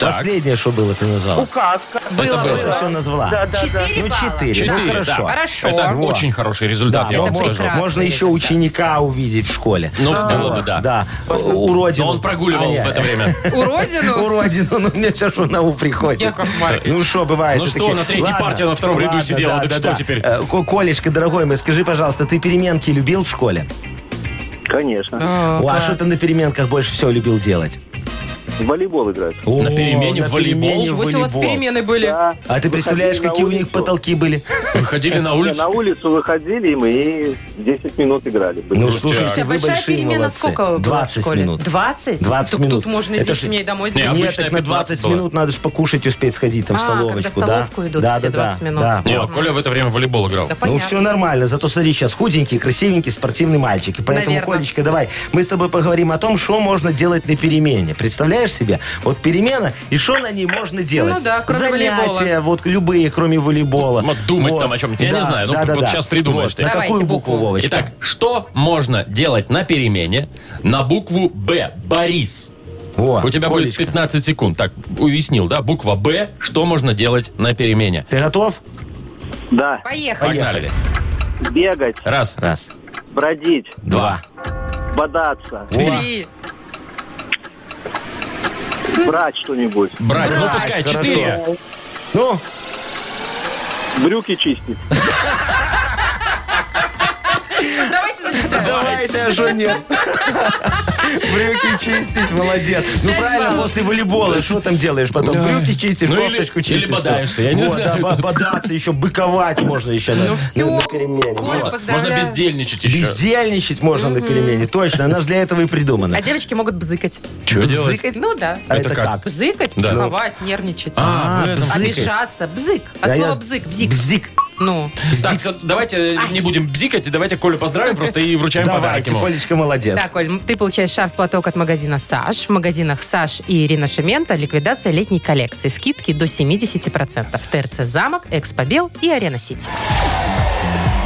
Speaker 2: Так.
Speaker 4: Последнее, что было, ты назвала.
Speaker 8: указка.
Speaker 3: Было,
Speaker 2: было.
Speaker 4: Ты
Speaker 3: было.
Speaker 4: все назвала.
Speaker 8: Да, да, да.
Speaker 3: Четыре
Speaker 4: Ну,
Speaker 3: балла.
Speaker 4: четыре.
Speaker 2: Четыре,
Speaker 4: Ну,
Speaker 2: да.
Speaker 4: хорошо.
Speaker 3: Хорошо.
Speaker 2: Это
Speaker 4: Во.
Speaker 2: очень хороший результат,
Speaker 4: Да, ну,
Speaker 2: я
Speaker 4: но
Speaker 2: вам
Speaker 3: Это
Speaker 4: можно,
Speaker 2: скажу.
Speaker 3: прекрасно.
Speaker 4: можно еще
Speaker 3: результат.
Speaker 4: ученика увидеть в школе.
Speaker 2: Ну, было бы, да.
Speaker 4: Уродину.
Speaker 2: Но он прогуливал
Speaker 4: А, не,
Speaker 2: в это время.
Speaker 3: Уродину?
Speaker 4: Уродину, ну мне сейчас на ум приходит.
Speaker 3: Яков Маркович.
Speaker 4: Ну что, бывает.
Speaker 2: Ну
Speaker 4: ты
Speaker 2: что, на третьей
Speaker 4: ладно,
Speaker 2: партии она на втором ряду сидела, так что теперь?
Speaker 4: Э, Ко- Колечка, дорогой мой, скажи, пожалуйста, ты переменки любил в школе?
Speaker 6: Конечно.
Speaker 3: О,
Speaker 4: О, а
Speaker 3: класс.
Speaker 4: что ты на переменках больше всего любил делать?
Speaker 6: В волейбол играть.
Speaker 4: О,
Speaker 2: На перемене в волейбол?
Speaker 4: перемене в
Speaker 3: Ничего себе, у вас
Speaker 4: волейбол.
Speaker 3: перемены были.
Speaker 6: Да.
Speaker 4: А ты
Speaker 6: Выходили
Speaker 4: представляешь,
Speaker 6: на
Speaker 4: какие у них
Speaker 6: улицу.
Speaker 4: потолки были?
Speaker 2: Выходили на
Speaker 6: Не, На
Speaker 2: улицу.
Speaker 6: улицу выходили, и мы и 10 минут играли.
Speaker 4: Ну,
Speaker 6: Были.
Speaker 2: Так.
Speaker 4: слушайте,
Speaker 3: Слушай, а
Speaker 4: вы
Speaker 3: большая
Speaker 4: большие
Speaker 3: перемена
Speaker 4: молодцы.
Speaker 3: сколько было в
Speaker 4: 20
Speaker 3: школе?
Speaker 4: минут.
Speaker 3: 20?
Speaker 4: 20
Speaker 3: так
Speaker 4: минут.
Speaker 3: Тут можно
Speaker 4: Это
Speaker 3: извлечь
Speaker 4: ж-
Speaker 3: меня и домой.
Speaker 2: Не,
Speaker 3: сбегать.
Speaker 4: Нет,
Speaker 2: Обычная
Speaker 4: так на
Speaker 2: 15
Speaker 4: 20
Speaker 2: была.
Speaker 4: минут надо же покушать, успеть сходить там в
Speaker 3: А, когда
Speaker 4: столовочку, да?
Speaker 3: столовку идут
Speaker 4: Да,
Speaker 3: все
Speaker 4: да, да,
Speaker 3: 20 минут.
Speaker 4: да,
Speaker 2: Не,
Speaker 4: вот.
Speaker 2: Коля в это время в волейбол играл.
Speaker 3: Да
Speaker 4: Ну,
Speaker 3: понятно.
Speaker 4: все нормально. Зато смотри, сейчас худенький, красивенький, спортивный мальчик. И поэтому,
Speaker 3: Наверно.
Speaker 4: Колечка, давай, мы с тобой поговорим о том, что можно делать на перемене. Представляешь представляешь себе? Вот перемена, и что на ней можно делать?
Speaker 3: Ну да, кроме
Speaker 4: Занятия,
Speaker 3: волейбола.
Speaker 4: вот любые, кроме волейбола.
Speaker 2: Вот думать там о чем-то, я не знаю. Ну, вот сейчас придумаешь ты.
Speaker 4: На
Speaker 3: Давайте
Speaker 4: какую букву,
Speaker 3: букву.
Speaker 4: Вовочка?
Speaker 2: Итак, что можно делать на перемене на букву Б? Борис.
Speaker 4: Во,
Speaker 2: У тебя
Speaker 4: Колечка,
Speaker 2: будет 15 секунд. Так, уяснил, да? Буква Б. Что можно делать на перемене?
Speaker 4: Ты готов?
Speaker 6: Да,
Speaker 3: Поехали.
Speaker 2: Погнали.
Speaker 6: бегать,
Speaker 2: Раз,
Speaker 4: Раз,
Speaker 6: бродить,
Speaker 4: два,
Speaker 6: бодаться,
Speaker 3: Три.
Speaker 6: брать что-нибудь,
Speaker 2: брать. Ну, пускай
Speaker 4: хорошо.
Speaker 2: четыре.
Speaker 4: Ну,
Speaker 6: брюки чистить.
Speaker 3: Давайте зачитаем.
Speaker 4: давайте, а что нет? Брюки чистить, молодец. Ну правильно,
Speaker 3: баллов.
Speaker 4: после волейбола, что там делаешь потом? Брюки чистишь,
Speaker 2: Ну, или-
Speaker 4: кофточку
Speaker 2: или
Speaker 4: чистишь. всё.
Speaker 2: бодаешься, я не
Speaker 4: Вот,
Speaker 2: знаю.
Speaker 4: да, бо- бодаться, еще быковать можно еще на,
Speaker 3: Ну все.
Speaker 4: на- на перемене.
Speaker 3: Коля,
Speaker 2: Вот. Можно
Speaker 3: поздравляю.
Speaker 2: бездельничать еще.
Speaker 4: Бездельничать можно на перемене, точно. Она же для этого и придумана.
Speaker 3: А девочки могут бзыкать.
Speaker 2: Что делать?
Speaker 4: Бзыкать?
Speaker 3: Ну да.
Speaker 4: А это
Speaker 2: Это как?
Speaker 4: как?
Speaker 3: Бзыкать,
Speaker 2: Да.
Speaker 3: психовать, нервничать.
Speaker 2: А, в этом.
Speaker 4: бзыкать.
Speaker 3: Обижаться. Бзык. От
Speaker 4: Да
Speaker 3: слова
Speaker 4: А я-
Speaker 3: бзык. Бзик.
Speaker 4: Бзик.
Speaker 3: Ну.
Speaker 2: Так, всё, давайте не будем бзикать, и давайте Колю поздравим просто и вручаем подарок
Speaker 4: Давайте,
Speaker 2: ему.
Speaker 4: Колечка, молодец.
Speaker 3: Так, Коль, м, ты получаешь шарф-платок от магазина «Саш». В магазинах «Саш» и «Ирина Шимента» ликвидация летней коллекции. Скидки до 70%. ТРЦ «Замок», «Экспобел» и «Арена Сити».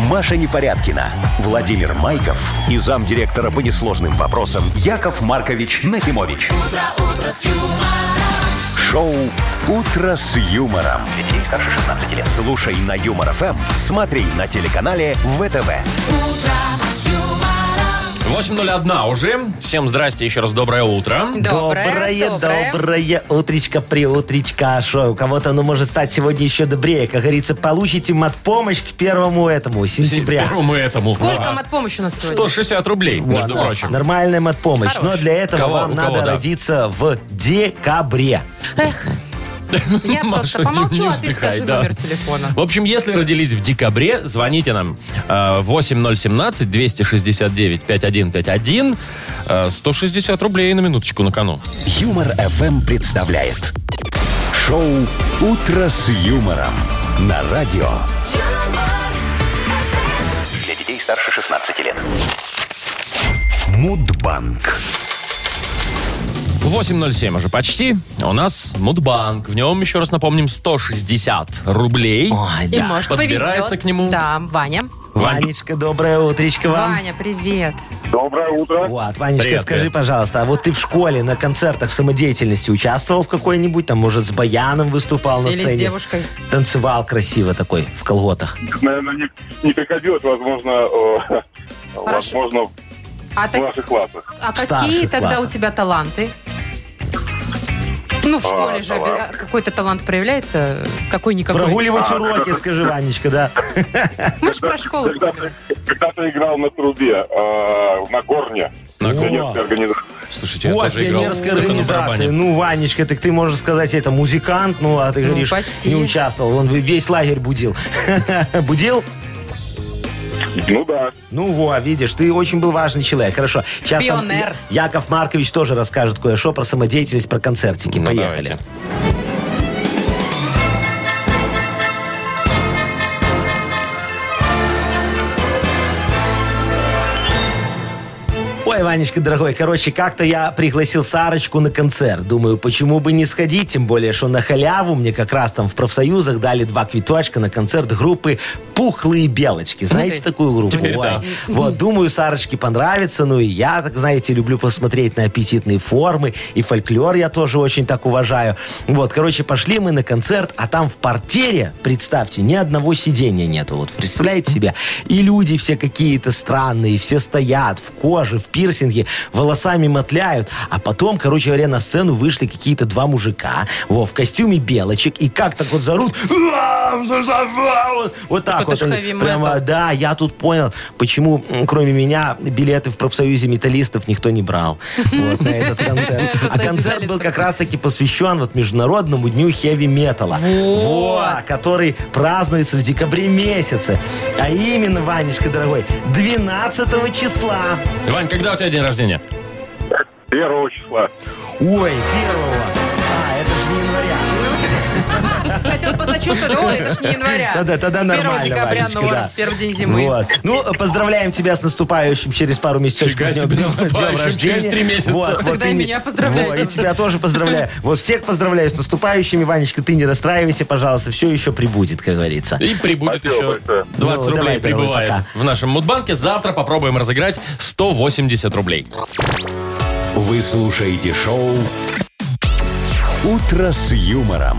Speaker 1: Маша Непорядкина, Владимир Майков и замдиректора по несложным вопросам Яков Маркович Нахимович. Шоу Утро с юмором. Для детей старше 16 лет. Слушай на юмор ФМ, смотри на телеканале ВТВ.
Speaker 2: 8.01 уже. Всем здрасте, еще раз доброе утро.
Speaker 3: Доброе, доброе.
Speaker 4: доброе утречко, приутречка. А Шо, у кого-то оно может стать сегодня еще добрее. Как говорится, получите матпомощь к первому этому, сентября.
Speaker 2: Первому этому.
Speaker 3: Сколько
Speaker 2: Да.
Speaker 3: от помощи у нас сегодня?
Speaker 2: 160 рублей, между
Speaker 4: Вот.
Speaker 2: прочим.
Speaker 4: Нормальная матпомощь.
Speaker 3: Хорош.
Speaker 4: Но для этого
Speaker 2: Кого? У
Speaker 4: вам
Speaker 2: кого,
Speaker 4: надо
Speaker 2: да.
Speaker 4: родиться в декабре.
Speaker 3: Эх, я
Speaker 2: Маша,
Speaker 3: просто
Speaker 2: не- не
Speaker 3: помолчу, а ты
Speaker 2: вздыхай,
Speaker 3: скажи
Speaker 2: да.
Speaker 3: номер телефона.
Speaker 2: В общем, если родились в декабре, звоните нам э, 8017-269-5151. Э, 160 рублей на минуточку на кону.
Speaker 1: Юмор ФМ представляет шоу Утро с юмором на радио.
Speaker 7: Для детей старше 16 лет.
Speaker 1: Мудбанк.
Speaker 2: 8.07 уже почти. У нас Мудбанк. В нем, еще раз напомним, 160 рублей.
Speaker 4: Ой,
Speaker 3: И
Speaker 4: да.
Speaker 3: может
Speaker 2: Подбирается
Speaker 3: повезет.
Speaker 2: к нему.
Speaker 3: Да, Ваня.
Speaker 2: Вань.
Speaker 4: Ванечка, доброе утречко вам.
Speaker 3: Ваня, привет.
Speaker 6: Доброе утро.
Speaker 4: Вот, Ванечка,
Speaker 2: Привет,
Speaker 4: скажи,
Speaker 2: привет.
Speaker 4: пожалуйста, а вот ты в школе на концертах самодеятельности участвовал в какой-нибудь, там, может, с баяном выступал на
Speaker 3: Или
Speaker 4: сцене?
Speaker 3: с девушкой.
Speaker 4: Танцевал красиво такой, в колготах.
Speaker 9: Наверное, не, не крокодилов, возможно, э, возможно, в
Speaker 3: А, так-
Speaker 9: ваших классах.
Speaker 3: а
Speaker 4: в
Speaker 3: какие
Speaker 4: старших
Speaker 3: тогда у
Speaker 4: классах.
Speaker 3: тебя таланты? Ну, в школе же
Speaker 9: талант.
Speaker 3: обе- какой-то талант проявляется, какой-никакой.
Speaker 4: Прогуливать
Speaker 2: А.
Speaker 4: уроки, скажи, Ванечка, да.
Speaker 3: Мы же про школу
Speaker 9: Когда,
Speaker 3: вспоминаем.
Speaker 9: когда-то играл на трубе, э, на горне.
Speaker 2: На горне.
Speaker 9: Пионерская организация.
Speaker 2: Слушайте, я
Speaker 4: Вот,
Speaker 2: тоже играл.
Speaker 4: пионерская
Speaker 2: только на
Speaker 4: организация.
Speaker 2: барабане.
Speaker 4: Ну, Ванечка, так ты можешь сказать, это музыкант, ну, а ты
Speaker 3: Ну,
Speaker 4: говоришь,
Speaker 3: почти.
Speaker 4: не участвовал. Он весь лагерь будил. Будил?
Speaker 9: Ну да.
Speaker 4: Ну во, видишь, ты очень был важный человек. Хорошо. Сейчас вам
Speaker 3: Пионер.
Speaker 4: Я- Яков Маркович тоже расскажет кое-что про самодеятельность, про концертики.
Speaker 2: Ну,
Speaker 4: Поехали.
Speaker 2: давайте.
Speaker 4: Ой, Ванечка, дорогой, короче, как-то я пригласил Сарочку на концерт. Думаю, почему бы не сходить, тем более, что на халяву мне как раз там в профсоюзах дали два квиточка на концерт группы «Пухлые белочки». Знаете
Speaker 3: Ну ты.
Speaker 4: такую группу?
Speaker 2: Теперь
Speaker 4: Ой.
Speaker 2: да.
Speaker 4: Вот, думаю, Сарочке понравится. Ну и я, так знаете, люблю посмотреть на аппетитные формы. И фольклор я тоже очень так уважаю. Вот, короче, пошли мы на концерт, а там в портере, представьте, ни одного сидения нету. Вот, представляете себе? И люди все какие-то странные, все стоят в коже, в пирсинге, волосами мотляют. А потом, короче говоря, на сцену вышли какие-то два мужика, во, в костюме белочек, и как так вот зарут. Вот так
Speaker 3: это
Speaker 4: вот.
Speaker 3: ж
Speaker 4: они
Speaker 3: хэви-метал.
Speaker 4: Прямо, да, я тут понял, почему, м, кроме меня, билеты в профсоюзе металлистов никто не брал. Вот, на этот концерт. А
Speaker 3: Профсоюз
Speaker 4: концерт был
Speaker 3: металлистов.
Speaker 4: как раз-таки посвящен вот Международному дню хеви-металла. Во, который празднуется в декабре месяце. А именно, Ванечка, дорогой, 12 числа.
Speaker 2: Вань, когда у тебя день рождения?
Speaker 9: Первого числа.
Speaker 4: Ой, первого. А, это же не января.
Speaker 3: Хотел почувствовать, о, это ж не января.
Speaker 4: Тогда, тогда нормально,
Speaker 3: 1 декабря,
Speaker 4: Ванечка,
Speaker 3: ну,
Speaker 4: да.
Speaker 3: первый день зимы.
Speaker 4: Вот. Ну, э, поздравляем тебя с наступающим через пару месяцев.
Speaker 2: Фига себе, наступающим через три месяца.
Speaker 3: Тогда и меня поздравляйте.
Speaker 4: Вот, и тебя тоже поздравляю. Вот всех поздравляю с наступающими. Ванечка, ты не расстраивайся, пожалуйста. Все еще прибудет, как говорится.
Speaker 2: И прибудет
Speaker 9: Спасибо
Speaker 2: еще
Speaker 9: большое.
Speaker 2: 20
Speaker 4: Ну,
Speaker 2: рублей
Speaker 4: давай, Павел,
Speaker 2: прибывает
Speaker 4: пока.
Speaker 2: в нашем Мудбанке. Завтра попробуем разыграть 180 рублей.
Speaker 1: Вы слушаете шоу «Утро с юмором»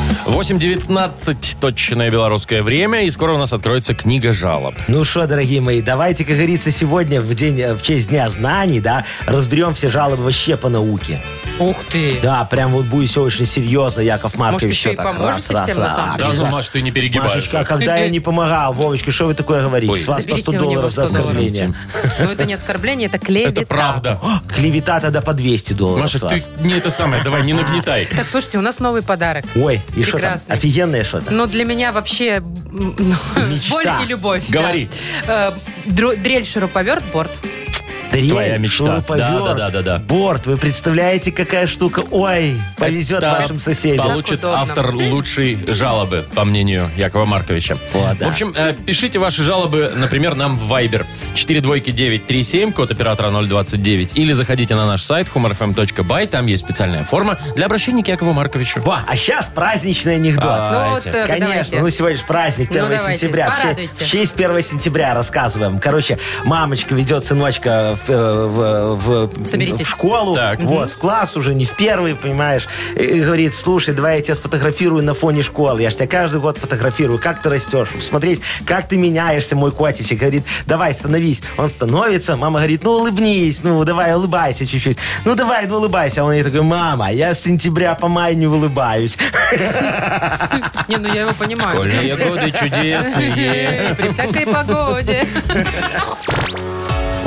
Speaker 2: 8.19 точное белорусское время, и скоро у нас откроется книга жалоб.
Speaker 4: Ну что, дорогие мои, давайте, как говорится, сегодня в день, э, в честь Дня знаний, да, разберем все жалобы вообще по науке.
Speaker 3: Ух ты.
Speaker 4: Да, прям вот будет все очень серьезно, Яков Маркович.
Speaker 3: еще
Speaker 4: всё
Speaker 3: и поможете всем, на самом деле?
Speaker 2: Да, ну,
Speaker 4: обязательно.
Speaker 2: Маш, ты не перегибаешь.
Speaker 4: А Машечка, а когда я не помогал, Вовочка, что вы такое говорите?
Speaker 2: Ой.
Speaker 4: С вас по 100
Speaker 3: Заберите у него
Speaker 4: долларов за
Speaker 3: 100 долларов.
Speaker 4: оскорбление.
Speaker 3: Ну, это не оскорбление, это клевета.
Speaker 2: Это правда.
Speaker 4: Клевета тогда по 200 долларов
Speaker 2: А, Маша,
Speaker 4: с вас.
Speaker 2: ты не это самое, давай, не нагнетай.
Speaker 3: Так, слушайте, у нас новый подарок.
Speaker 4: Ой, и что там?
Speaker 3: Прекрасный. Ну,
Speaker 4: Офигенное что-то.
Speaker 3: Но для меня вообще м, ну, боль и любовь. да.
Speaker 2: Говори.
Speaker 3: Э, дро- Дрель, шуруповерт, борт.
Speaker 4: Дрель,
Speaker 2: твоя мечта.
Speaker 4: шуруповерт,
Speaker 2: Да, да, да, да, да.
Speaker 4: Борт, вы представляете, какая штука? Ой, повезет
Speaker 2: Это
Speaker 4: вашим соседям.
Speaker 2: Получит
Speaker 3: Так удобно.
Speaker 2: автор лучшей жалобы, по мнению Якова Марковича.
Speaker 4: О, да.
Speaker 2: В общем, э, пишите ваши жалобы, например, нам в Viber 42937, код оператора 029, или заходите на наш сайт humorfm.by, там есть специальная форма для обращения к Якову Марковичу.
Speaker 4: Во, а сейчас праздничный анекдот.
Speaker 2: А,
Speaker 3: Ну, вот,
Speaker 2: Давайте.
Speaker 3: э,
Speaker 4: Конечно,
Speaker 3: давайте.
Speaker 4: ну сегодня же праздник 1
Speaker 3: Ну, давайте,
Speaker 4: сентября. В честь-
Speaker 3: порадуйте.
Speaker 4: В честь 1 сентября рассказываем. Короче, мамочка ведет сыночка в, э, в- в-
Speaker 3: Соберитесь.
Speaker 4: в школу,
Speaker 2: Так.
Speaker 4: вот, в класс уже не в первый, понимаешь, и, и говорит, слушай, давай я тебя сфотографирую на фоне школы. Я же тебя каждый год фотографирую, как ты растешь, чтобы смотреть, как ты меняешься, мой котичек. Говорит, давай, становись. Он становится, мама говорит, ну улыбнись, ну давай, улыбайся чуть-чуть. Ну давай, ну улыбайся. А он ей такой, мама, я с сентября по май не улыбаюсь.
Speaker 3: Не, ну я его понимаю. на самом
Speaker 2: Школьные
Speaker 3: деле.
Speaker 2: годы чудесные.
Speaker 3: Эй, При всякой погоде.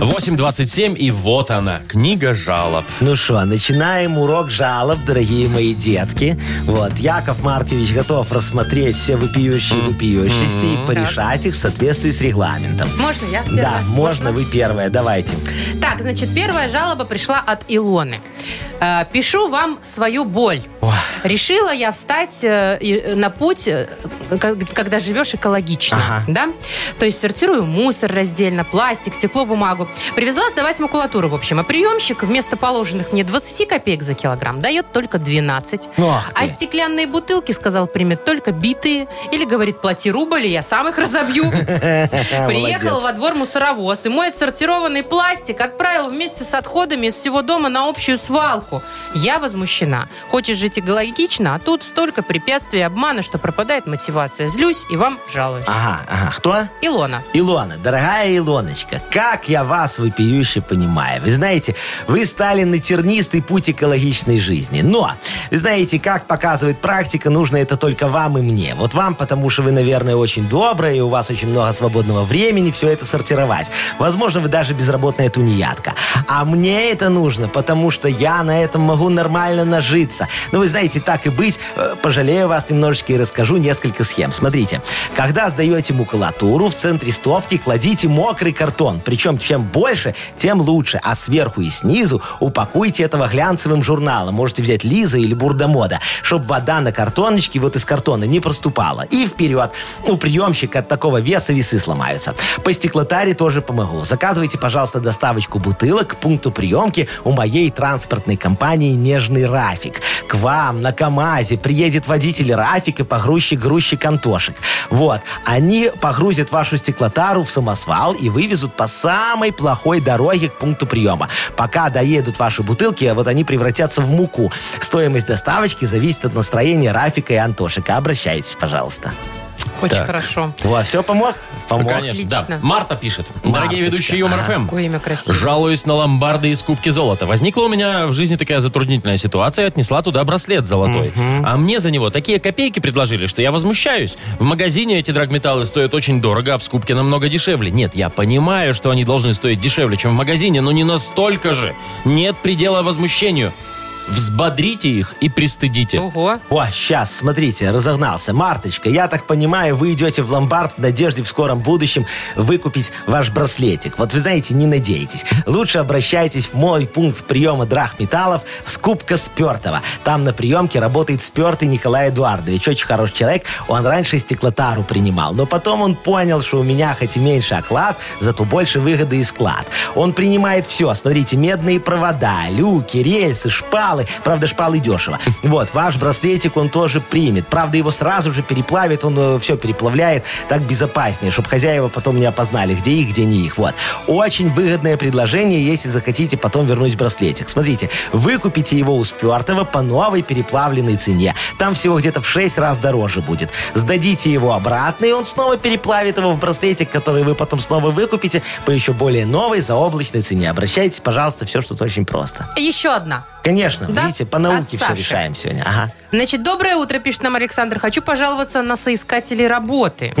Speaker 2: 8.27, и вот она, книга жалоб.
Speaker 4: Ну что, начинаем урок жалоб, дорогие мои детки. Вот, Яков Маркович готов рассмотреть все выпиющие выпиющиеся и порешать их в соответствии с регламентом.
Speaker 3: Можно я?
Speaker 4: Да,
Speaker 3: первая?
Speaker 4: можно, вы первая, давайте.
Speaker 3: Так, значит, первая жалоба пришла от Илоны. Э, Пишу вам свою боль. Решила я встать э, и- на путь, э, к- когда живешь экологично.
Speaker 4: Ага.
Speaker 3: Да? То есть сортирую мусор раздельно, пластик, стекло, бумагу. Привезла сдавать макулатуру, в общем. А приемщик вместо положенных мне 20 копеек за килограмм дает только 12.
Speaker 4: Ну, ах
Speaker 3: а
Speaker 4: ты.
Speaker 3: стеклянные бутылки, сказал, примет только битые. Или говорит, плати рубль, и я сам их разобью. Приехал
Speaker 4: Молодец.
Speaker 3: во двор мусоровоз и мой отсортированный пластик отправил вместе с отходами из всего дома на общую свалку. Я возмущена. Хочешь жить экологично, а тут столько препятствий и обмана, что пропадает мотивация. Злюсь и вам жалуюсь.
Speaker 4: Ага, ага, кто?
Speaker 3: Илона.
Speaker 4: Илона, дорогая Илоночка, как я вас вопиюще понимаю. Вы знаете, вы стали на тернистый путь экологичной жизни. Но, вы знаете, как показывает практика, нужно это только вам и мне. Вот вам, потому что вы, наверное, очень добрая, и у вас очень много свободного времени все это сортировать. Возможно, вы даже безработная тунеядка. А мне это нужно, потому что я на этом могу нормально нажиться. Ну, вы знаете, так и быть, э, пожалею вас немножечко и расскажу несколько схем. Смотрите, когда сдаете макулатуру, в центре стопки кладите мокрый картон. Причем чем больше, тем лучше. А сверху и снизу упакуйте этого глянцевым журналом. Можете взять Лиза или Бурдамода, чтобы вода на картоночке вот из картона не проступала. И вперед. У приемщика от такого веса весы сломаются. По стеклотаре тоже помогу. Заказывайте, пожалуйста, доставочку бутылок к пункту приемки у моей транспортной компании «Нежный Рафик». К вам на КАМАЗе приедет водитель Рафик и погрузчик-грузчик Антошек. Вот. Они погрузят вашу стеклотару в самосвал и вывезут по самой плохой дороге к пункту приема. Пока доедут ваши бутылки, вот они превратятся в муку. Стоимость доставочки зависит от настроения Рафика и Антошика. Обращайтесь, пожалуйста. Ну,
Speaker 3: Очень хорошо.
Speaker 4: Во, все помог? Помог.
Speaker 2: Конечно, да.
Speaker 3: Отлично.
Speaker 2: Марта пишет. Дорогие
Speaker 4: Марточка,
Speaker 2: ведущие Юмор ФМ.
Speaker 3: Какое имя красивое.
Speaker 2: Жалуюсь на ломбарды из кубки золота. Возникла у меня в жизни такая затруднительная ситуация, отнесла туда браслет золотой. А мне за него такие копейки предложили, что я возмущаюсь. В магазине эти драгметаллы стоят очень дорого, а в скупке намного дешевле. Нет, я понимаю, что они должны стоить дешевле, чем в магазине, но не настолько же. Нет предела возмущению. Взбодрите их и пристыдите.
Speaker 3: Ого.
Speaker 4: О, сейчас, смотрите, разогнался. Марточка, я так понимаю, вы идете в ломбард в надежде в скором будущем выкупить ваш браслетик. Вот вы знаете, не надейтесь. Лучше обращайтесь в мой пункт приема драгметаллов «Скупка спертого». Там на приемке работает спертый Николай Эдуардович. Очень хороший человек. Он раньше стеклотару принимал. Но потом он понял, что у меня хоть и меньше оклад, зато больше выгоды и склад. Он принимает все. Смотрите, медные провода, люки, рельсы, шпалы. Правда, шпалы дешево. Вот, ваш браслетик он тоже примет. Правда, его сразу же переплавит, он все переплавляет. Так безопаснее, чтобы хозяева потом не опознали, где их, где не их. Вот. Очень выгодное предложение, если захотите потом вернуть браслетик. Смотрите, выкупите его у спертого по новой переплавленной цене. Там всего где-то в 6 раз дороже будет. Сдадите его обратно, и он снова переплавит его в браслетик, который вы потом снова выкупите по еще более новой заоблачной цене. Обращайтесь, пожалуйста, все что-то очень просто.
Speaker 3: Еще одна.
Speaker 4: Конечно,
Speaker 3: Да?
Speaker 4: видите, по науке
Speaker 3: От
Speaker 4: все
Speaker 3: Саши.
Speaker 4: решаем сегодня. Ага.
Speaker 3: Значит, доброе утро, пишет нам Александр. Хочу пожаловаться на соискателей работы.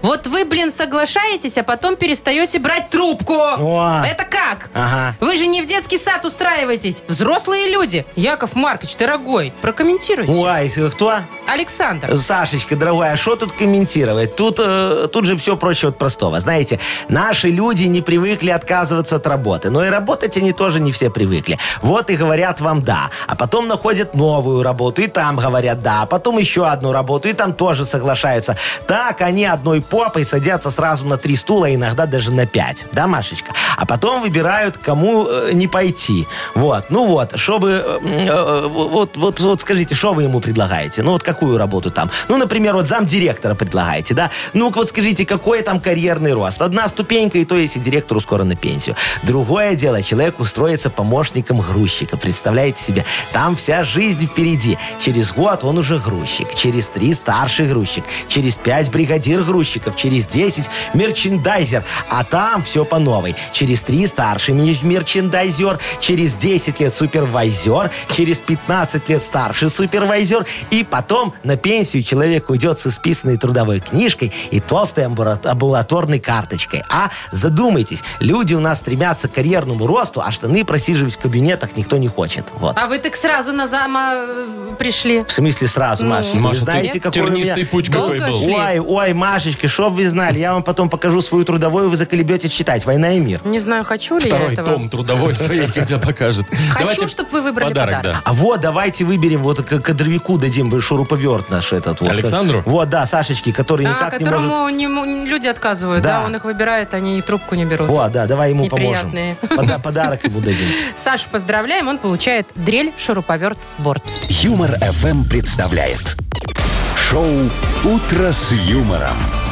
Speaker 3: Вот вы, блин, соглашаетесь, а потом перестаете брать трубку.
Speaker 4: О.
Speaker 3: Это как?
Speaker 4: Ага.
Speaker 3: Вы же не в детский сад устраиваетесь. Взрослые люди. Яков Маркович, дорогой, прокомментируйте.
Speaker 4: Ой, кто?
Speaker 3: Александр.
Speaker 4: Сашечка, дорогая, а что тут комментировать? Тут, э, тут же все проще от простого. Знаете, наши люди не привыкли отказываться от работы. Но и работать они тоже не все привыкли. Вот и говорят вам «да». А потом находят новую работу, и там говорят «да». А потом еще одну работу, и там тоже соглашаются. Так они одной попой садятся сразу на три стула, иногда даже на пять. Да, Машечка? А потом выбирают, кому э, не пойти. Вот, ну вот, чтобы... э, э, вот, вот, вот скажите, что вы ему предлагаете? Ну вот какую работу там? Ну, например, вот замдиректора предлагаете, да? ну вот скажите, какой там карьерный рост? Одна ступенька, и то, если директору скоро на пенсию. Другое дело, человек устроится помощником грузчика. Представляете себе? Там вся жизнь впереди. Через год он уже грузчик, через три старший грузчик, через пять бригадир грузчиков, через десять мерчендайзер, а там все по новой. Через три старший ми- мерчендайзер, через 10 лет супервайзер, через 15 лет старший супервайзер, и потом на пенсию человек уйдет с исписанной трудовой книжкой и толстой амбура- амбулаторной карточкой. А задумайтесь, люди у нас стремятся к карьерному росту, а штаны просиживать в кабинетах никто не хочет. Вот.
Speaker 3: А вы так сразу на зама э, пришли.
Speaker 4: В смысле сразу,
Speaker 3: Ну,
Speaker 4: Маша? Вы
Speaker 2: Маша,
Speaker 4: знаете,
Speaker 2: ты-
Speaker 4: какой у меня...
Speaker 2: тернистый путь какой
Speaker 3: Долго
Speaker 2: был.
Speaker 3: шли?
Speaker 4: Ой, ой, Машечка, чтоб вы знали, я вам потом покажу свою трудовую, вы заколебетесь читать «Война и мир».
Speaker 3: Не знаю, хочу ли я
Speaker 2: Второй
Speaker 3: этого.
Speaker 2: том трудовой своей, когда покажет.
Speaker 3: Хочу,
Speaker 2: Давайте
Speaker 3: чтобы вы выбрали подарок.
Speaker 4: А вот, давайте выберем, вот к кадровику дадим бы шуруповерт наш этот. Вот,
Speaker 2: Александру?
Speaker 4: Вот, да, Сашечки, который
Speaker 3: А,
Speaker 4: никак не может...
Speaker 3: которому не му- люди отказывают, да.
Speaker 4: Да.
Speaker 3: он их выбирает, они и трубку не берут.
Speaker 4: О, да, давай ему поможем.
Speaker 3: Неприятные.
Speaker 4: Пода- Подарок ему дадим.
Speaker 3: Сашу поздравляем, он получает дрель, шуруповерт, борт.
Speaker 1: Юмор FM представляет шоу Утро с юмором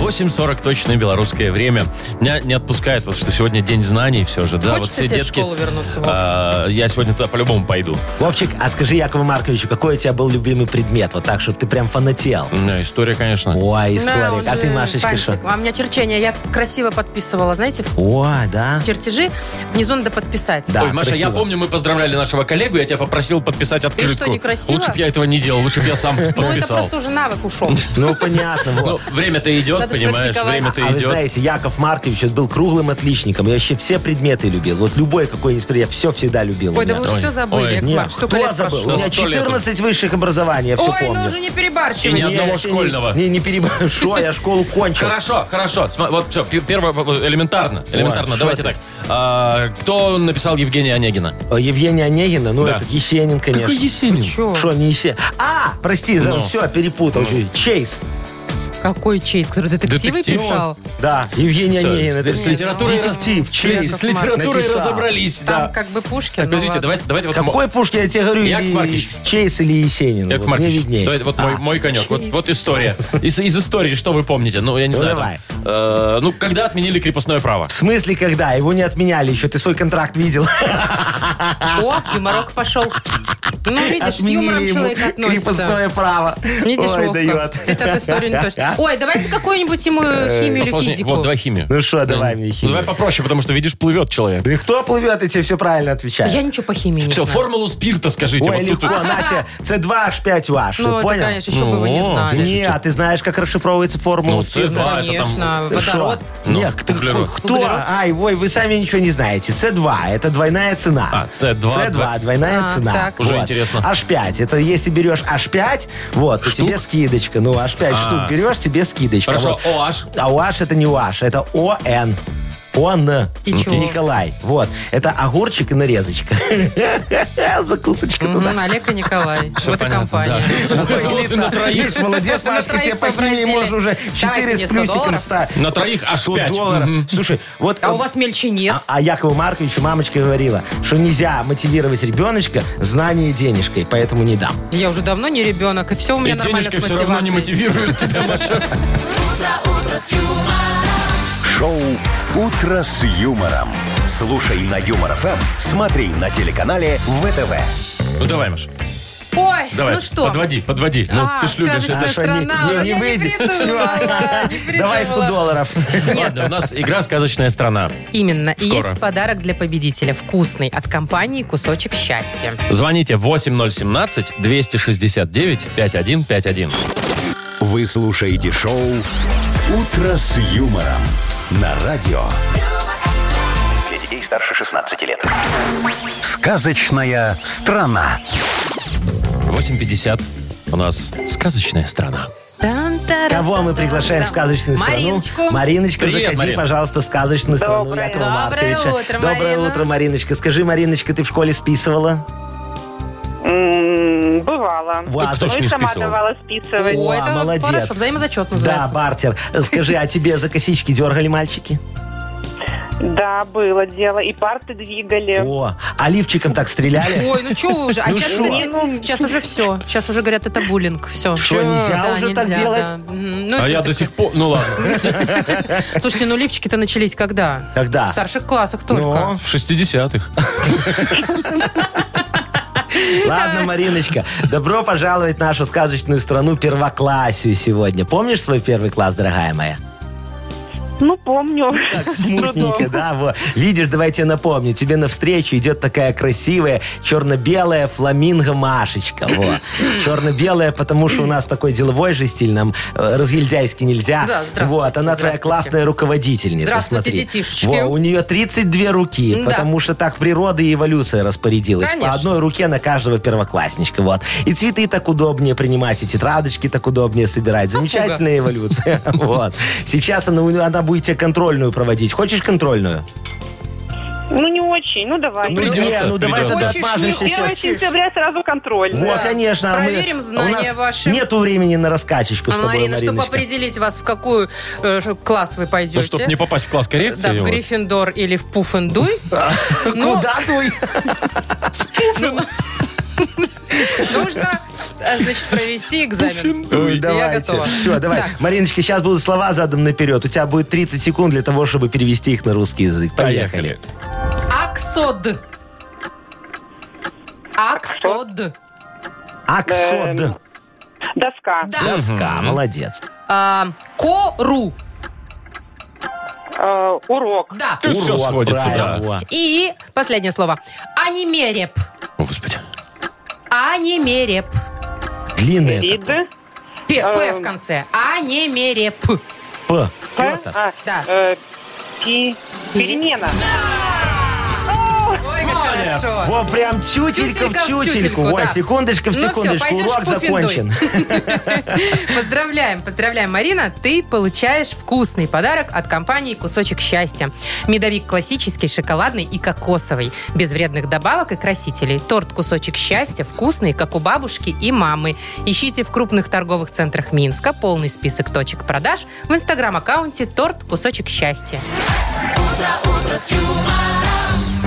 Speaker 2: 8.40 точное белорусское время. Меня не отпускает, вот что сегодня день знаний все же. Да, вот
Speaker 3: Хочется
Speaker 2: все
Speaker 3: тебе в
Speaker 2: детки.
Speaker 3: школу вернуться, Вов.
Speaker 2: а, я сегодня туда по-любому пойду.
Speaker 4: Вовчик, а скажи Якову Марковичу, какой у тебя был любимый предмет? Вот так, чтобы ты прям фанател.
Speaker 2: Ну, История, конечно.
Speaker 3: Да,
Speaker 4: Ой, историк.
Speaker 3: он
Speaker 4: А
Speaker 3: же
Speaker 4: ты, Машечка,
Speaker 3: фантик.
Speaker 4: что?
Speaker 3: А у меня черчение, я красиво подписывала, знаете, в
Speaker 4: Ой, да?
Speaker 3: чертежи внизу надо подписать.
Speaker 4: Да.
Speaker 2: Ой, Маша, я
Speaker 4: красиво.
Speaker 2: помню, мы поздравляли нашего коллегу, я тебя попросил подписать открытку.
Speaker 3: что, некрасиво?
Speaker 2: Лучше бы я этого не делал, лучше бы я сам
Speaker 3: Ну, это
Speaker 2: подписал.
Speaker 3: просто уже навык ушел.
Speaker 4: Ну, понятно, вот.
Speaker 2: Ну, время-то идет,
Speaker 3: Надо
Speaker 2: понимаешь,
Speaker 3: спрактиковать.
Speaker 2: время-то
Speaker 4: А вы
Speaker 2: идет.
Speaker 4: знаете, Яков Маркович вот был круглым отличником. Я вообще все предметы любил. Вот любой какой-нибудь предмет. Все всегда любил. у
Speaker 3: Ой, да
Speaker 4: меня.
Speaker 3: вы уже
Speaker 2: Ой.
Speaker 3: все забыли,
Speaker 2: Ой,
Speaker 3: Яков
Speaker 4: Нет,
Speaker 3: Маркович, столько
Speaker 4: кто
Speaker 3: лет
Speaker 4: забыл?
Speaker 3: прошло.
Speaker 4: У меня
Speaker 2: Сто лет.
Speaker 4: 14 высших образований, я все
Speaker 3: Ой,
Speaker 4: помню.
Speaker 3: ну уже не
Speaker 2: И ни
Speaker 3: перебарщивайте.
Speaker 2: одного
Speaker 4: Не,
Speaker 2: школьного.
Speaker 4: Не, не перебор- Шо, я школу кончил.
Speaker 2: Хорошо, хорошо. Сма- Вот все, пи- первое, э, элементарно. Элементарно,
Speaker 4: шо
Speaker 2: давайте
Speaker 4: ты?
Speaker 2: так. А, кто написал Евгения Онегина?
Speaker 4: О, Э, Евгения Онегина, ну
Speaker 2: Да.
Speaker 4: этот Есенин,
Speaker 2: Какой
Speaker 4: конечно.
Speaker 2: Есенин?
Speaker 3: Чё?
Speaker 4: Что, не Есенин? А, прости,
Speaker 2: Ну.
Speaker 4: все, перепутал. Чейз.
Speaker 3: Какой чейз, который детективы
Speaker 2: Детектив.
Speaker 3: писал?
Speaker 4: Да, Евгения
Speaker 2: Всё,
Speaker 4: Онегина.
Speaker 2: с-
Speaker 4: это
Speaker 2: с литературой-
Speaker 4: Детектив, Чейз.
Speaker 2: С литературой
Speaker 4: Написал.
Speaker 2: разобрались, да.
Speaker 3: Там как бы Пушкин.
Speaker 2: Так,
Speaker 3: ну
Speaker 2: подождите,
Speaker 3: ладно.
Speaker 2: давайте, давайте вот... мо-
Speaker 4: Какой Пушкин, я тебе говорю,
Speaker 2: Яков
Speaker 4: или
Speaker 2: Маркович.
Speaker 4: Чейз или Есенин.
Speaker 2: Яков
Speaker 4: вот, мне
Speaker 2: Маркович,
Speaker 4: виднее. А.
Speaker 2: давайте, вот мой, мой конек, вот, вот история. Из, из истории что вы помните? Ну, я не
Speaker 4: Ну,
Speaker 2: знаю. там,
Speaker 4: давай.
Speaker 2: э, ну, когда отменили крепостное право?
Speaker 4: В смысле, когда? Его не отменяли еще. Ты свой контракт видел?
Speaker 3: О, юморок пошел. Ну, видишь, с
Speaker 4: Отменили
Speaker 3: юмором
Speaker 4: ему
Speaker 3: человек относится.
Speaker 4: крепостное право.
Speaker 3: Видишь,
Speaker 4: Ой,
Speaker 3: Вовка,
Speaker 4: дает.
Speaker 3: ты так историю не точно. Ой, давайте какую-нибудь ему химию
Speaker 2: Э,
Speaker 3: или
Speaker 2: Посложнее.
Speaker 3: физику.
Speaker 2: Вот, давай химию.
Speaker 4: Ну что, давай мне
Speaker 2: Ну, давай
Speaker 4: химию.
Speaker 2: попроще, потому что, видишь, плывет человек.
Speaker 4: Да и кто плывет, и тебе все правильно отвечает.
Speaker 3: Я ничего по химии не
Speaker 2: Все,
Speaker 3: знаю.
Speaker 2: формулу спирта скажите.
Speaker 4: Ой,
Speaker 2: вот тут
Speaker 4: легко,
Speaker 2: вот.
Speaker 4: на тебе, С2H5 ваш,
Speaker 3: Ну, это,
Speaker 4: понял?
Speaker 3: конечно, еще бы вы
Speaker 2: О,
Speaker 3: не знали. Ну,
Speaker 4: Не, а ты знаешь, как расшифровывается формула
Speaker 2: Ну,
Speaker 4: спирта?
Speaker 2: С2 это
Speaker 3: Конечно,
Speaker 2: там-
Speaker 4: Ты шо?
Speaker 3: водород.
Speaker 2: Ну,
Speaker 4: Нет, ты-
Speaker 2: углерод.
Speaker 4: кто?
Speaker 3: Углерод.
Speaker 4: Ай, ой, вы сами ничего не знаете. С2 это двойная цена.
Speaker 2: А, С2,
Speaker 4: С2 двойная
Speaker 3: А,
Speaker 4: цена.
Speaker 3: так.
Speaker 2: Уже интересно.
Speaker 4: H5. Это если берешь H5, вот, то тебе скидочка. Ну, H5 штук берешь, тебе скидочка.
Speaker 2: А. Хорошо,
Speaker 4: Вот.
Speaker 2: OH.
Speaker 4: А OH это не OH, это ОН. Он.
Speaker 3: И чего?
Speaker 4: Николай. Вот. Это огурчик и нарезочка. Закусочка туда.
Speaker 3: Мгм, Олег и Николай. Вот и
Speaker 2: понятно,
Speaker 3: компания.
Speaker 4: Ой,
Speaker 2: Голосы
Speaker 4: Лиза,
Speaker 2: на троих.
Speaker 4: видишь, молодец,
Speaker 3: На
Speaker 4: Машка, тебе
Speaker 3: троих
Speaker 4: по химии
Speaker 3: сообразили.
Speaker 4: можно уже
Speaker 3: Давайте
Speaker 4: 4
Speaker 3: мне
Speaker 4: с
Speaker 3: 100
Speaker 4: плюсиком
Speaker 3: долларов.
Speaker 4: ставить.
Speaker 2: На троих аж
Speaker 4: 100
Speaker 2: пять.
Speaker 4: долларов.
Speaker 2: Мгм.
Speaker 4: Слушай, вот...
Speaker 3: А
Speaker 4: он-
Speaker 3: у вас мельче нет?
Speaker 4: а, а Якову Марковичу мамочка говорила, что нельзя мотивировать ребеночка знание денежкой, поэтому не дам.
Speaker 3: Я уже давно не ребенок, и все у меня
Speaker 2: А? И
Speaker 3: нормально с
Speaker 2: денежки все равно не
Speaker 3: мотивацией.
Speaker 2: мотивируют тебя, Маша.
Speaker 1: Шоу «Утро с юмором». Слушай на Юмор ФМ, смотри на телеканале ВТВ.
Speaker 2: Ну давай, Маша.
Speaker 3: Ой,
Speaker 2: Давай,
Speaker 3: ну что?
Speaker 2: подводи, подводи. Ну,
Speaker 3: А,
Speaker 2: ты ж любишь.
Speaker 3: скажешь,
Speaker 2: это.
Speaker 3: что- страна,
Speaker 4: не,
Speaker 3: я не
Speaker 4: выйдет.
Speaker 3: придумала, не
Speaker 4: Всё. Давай 100
Speaker 3: придумала.
Speaker 4: долларов.
Speaker 2: Ладно, у нас игра «Сказочная страна».
Speaker 3: Именно. И
Speaker 2: Скоро.
Speaker 3: есть подарок для победителя. Вкусный от компании «Кусочек счастья».
Speaker 2: Звоните 8017-269-5151.
Speaker 1: Вы слушаете шоу «Утро с юмором» на радио.
Speaker 7: Для детей старше 16 лет.
Speaker 1: «Сказочная страна».
Speaker 2: 8.50. У нас «Сказочная страна».
Speaker 3: Тан-тарам.
Speaker 4: Кого мы приглашаем в сказочную страну?
Speaker 3: Мариночку.
Speaker 4: Мариночка,
Speaker 2: Привет,
Speaker 4: заходи,
Speaker 2: Марин.
Speaker 4: пожалуйста, в сказочную страну
Speaker 8: Доброе.
Speaker 4: Якова
Speaker 3: Доброе
Speaker 4: Марковича.
Speaker 3: утро,
Speaker 4: Доброе
Speaker 3: Марина.
Speaker 4: утро, Мариночка. Скажи, Мариночка, ты в школе списывала?
Speaker 8: М, Бывало.
Speaker 4: Вот.
Speaker 2: Кто ж
Speaker 8: Ну
Speaker 2: не
Speaker 8: и сама
Speaker 2: списывал?
Speaker 8: давала списывать.
Speaker 3: О,
Speaker 4: О,
Speaker 3: это
Speaker 4: молодец.
Speaker 3: хорошо, взаимозачет
Speaker 4: Да,
Speaker 3: называется.
Speaker 4: бартер. Скажи, а тебе за косички дергали мальчики?
Speaker 8: Да, было дело. И парты двигали.
Speaker 4: О, а лифчиком так стреляли?
Speaker 3: Ой, ну что вы уже? А
Speaker 4: Ну
Speaker 3: сейчас,
Speaker 4: шо?
Speaker 3: кстати, сейчас уже все. Сейчас уже говорят, это буллинг. Все.
Speaker 4: Шо, нельзя
Speaker 3: да,
Speaker 4: уже
Speaker 3: нельзя,
Speaker 4: так делать?
Speaker 3: да. Мгм. Ну,
Speaker 2: А
Speaker 3: это
Speaker 2: я
Speaker 3: так-
Speaker 2: до сих пор... Ну ладно,
Speaker 3: Слушайте, ну лифчики-то начались когда?
Speaker 4: Когда?
Speaker 3: В старших классах только.
Speaker 4: Ну,
Speaker 2: в 60-х.
Speaker 4: ладно, Мариночка, добро пожаловать в нашу сказочную страну первоклассию сегодня. Помнишь свой первый класс, дорогая моя?
Speaker 8: Ну, помню.
Speaker 4: Так
Speaker 8: С трудом.
Speaker 3: Ну
Speaker 4: смутненько, да, вот. Видишь, давай я тебе напомню, тебе навстречу идет такая красивая черно-белая фламинго Машечка, вот. Черно-белая, потому что у нас такой деловой же стиль, нам э, разгильдяйски нельзя.
Speaker 3: Да, здравствуйте,
Speaker 4: Вот, она твоя
Speaker 3: здравствуйте.
Speaker 4: классная руководительница,
Speaker 3: Здравствуйте,
Speaker 4: смотри.
Speaker 3: детишечки.
Speaker 4: Во, у нее 32 руки,
Speaker 3: М-да.
Speaker 4: потому что так природа и эволюция распорядилась.
Speaker 3: Конечно.
Speaker 4: По одной ну, руке на каждого первоклассничка, вот. И цветы так удобнее принимать, и тетрадочки так удобнее собирать. Замечательная эволюция. Вот. Сейчас она, у неё- она будет тебе контрольную проводить. Хочешь контрольную?
Speaker 8: Ну, не очень. Ну, давай.
Speaker 4: Ну,
Speaker 2: придётся,
Speaker 4: не, ну давай
Speaker 2: придётся.
Speaker 4: тогда
Speaker 3: А Хочешь,
Speaker 4: отмажемся
Speaker 3: не
Speaker 4: сейчас.
Speaker 8: Первое сентября сразу контроль.
Speaker 4: Во,
Speaker 3: Да.
Speaker 4: конечно. а мы-
Speaker 3: Проверим
Speaker 4: а у
Speaker 3: знания
Speaker 4: нас
Speaker 3: ваши.
Speaker 4: Нету времени на раскачечку с
Speaker 3: А,
Speaker 4: тобой,
Speaker 3: Марина, чтобы
Speaker 4: Мариночка.
Speaker 3: определить вас, в какую э, ш- класс вы пойдете.
Speaker 2: Ну, чтобы не попасть в класс коррекции.
Speaker 3: да, в
Speaker 2: вот.
Speaker 3: Гриффиндор или в Пуффендуй. Ну,
Speaker 4: Куда дуй?
Speaker 3: Нужно, э, значит, провести экзамен.
Speaker 4: Ой,
Speaker 3: Я
Speaker 4: давайте.
Speaker 3: готова.
Speaker 4: Все, давай.
Speaker 3: Так.
Speaker 4: Мариночка, сейчас будут слова задом наперед. У тебя будет 30 секунд для того, чтобы перевести их на русский язык. Поехали.
Speaker 2: Поехали.
Speaker 3: Аксод. Аксод.
Speaker 4: Аксод.
Speaker 8: Доска.
Speaker 3: Да.
Speaker 4: Доска. Молодец.
Speaker 3: А, Кору.
Speaker 8: Э, Урок.
Speaker 3: Да.
Speaker 2: Ты все
Speaker 4: Урок,
Speaker 2: сходится,
Speaker 4: правильно.
Speaker 2: да.
Speaker 4: Во.
Speaker 3: И последнее слово. Анимереп.
Speaker 2: О, Господи.
Speaker 3: Анимереп.
Speaker 4: Длинное. это
Speaker 8: Виды.
Speaker 3: П, П в
Speaker 8: Эм.
Speaker 3: конце. Анимереп.
Speaker 4: П.
Speaker 8: П.
Speaker 4: Пётр.
Speaker 8: А,
Speaker 3: Да.
Speaker 8: э, пи- Перемена.
Speaker 3: Ой, как хорошо.
Speaker 4: Во, прям чутелька
Speaker 3: Тютелька
Speaker 4: в
Speaker 3: в
Speaker 4: чутельку.
Speaker 3: тютельку,
Speaker 4: Во,
Speaker 3: да.
Speaker 4: секундочка в
Speaker 3: Ну всё,
Speaker 4: секундочку.
Speaker 3: пойдёшь
Speaker 4: Урок
Speaker 3: в пуффендуй.
Speaker 4: закончен.
Speaker 3: Поздравляем, поздравляем, Марина. Ты получаешь вкусный подарок от компании «Кусочек счастья». Медовик классический, шоколадный и кокосовый. Без вредных добавок и красителей. Торт «Кусочек счастья» вкусный, как у бабушки и мамы. Ищите в крупных торговых центрах Минска. Полный список точек продаж в инстаграм-аккаунте «Торт Кусочек счастья».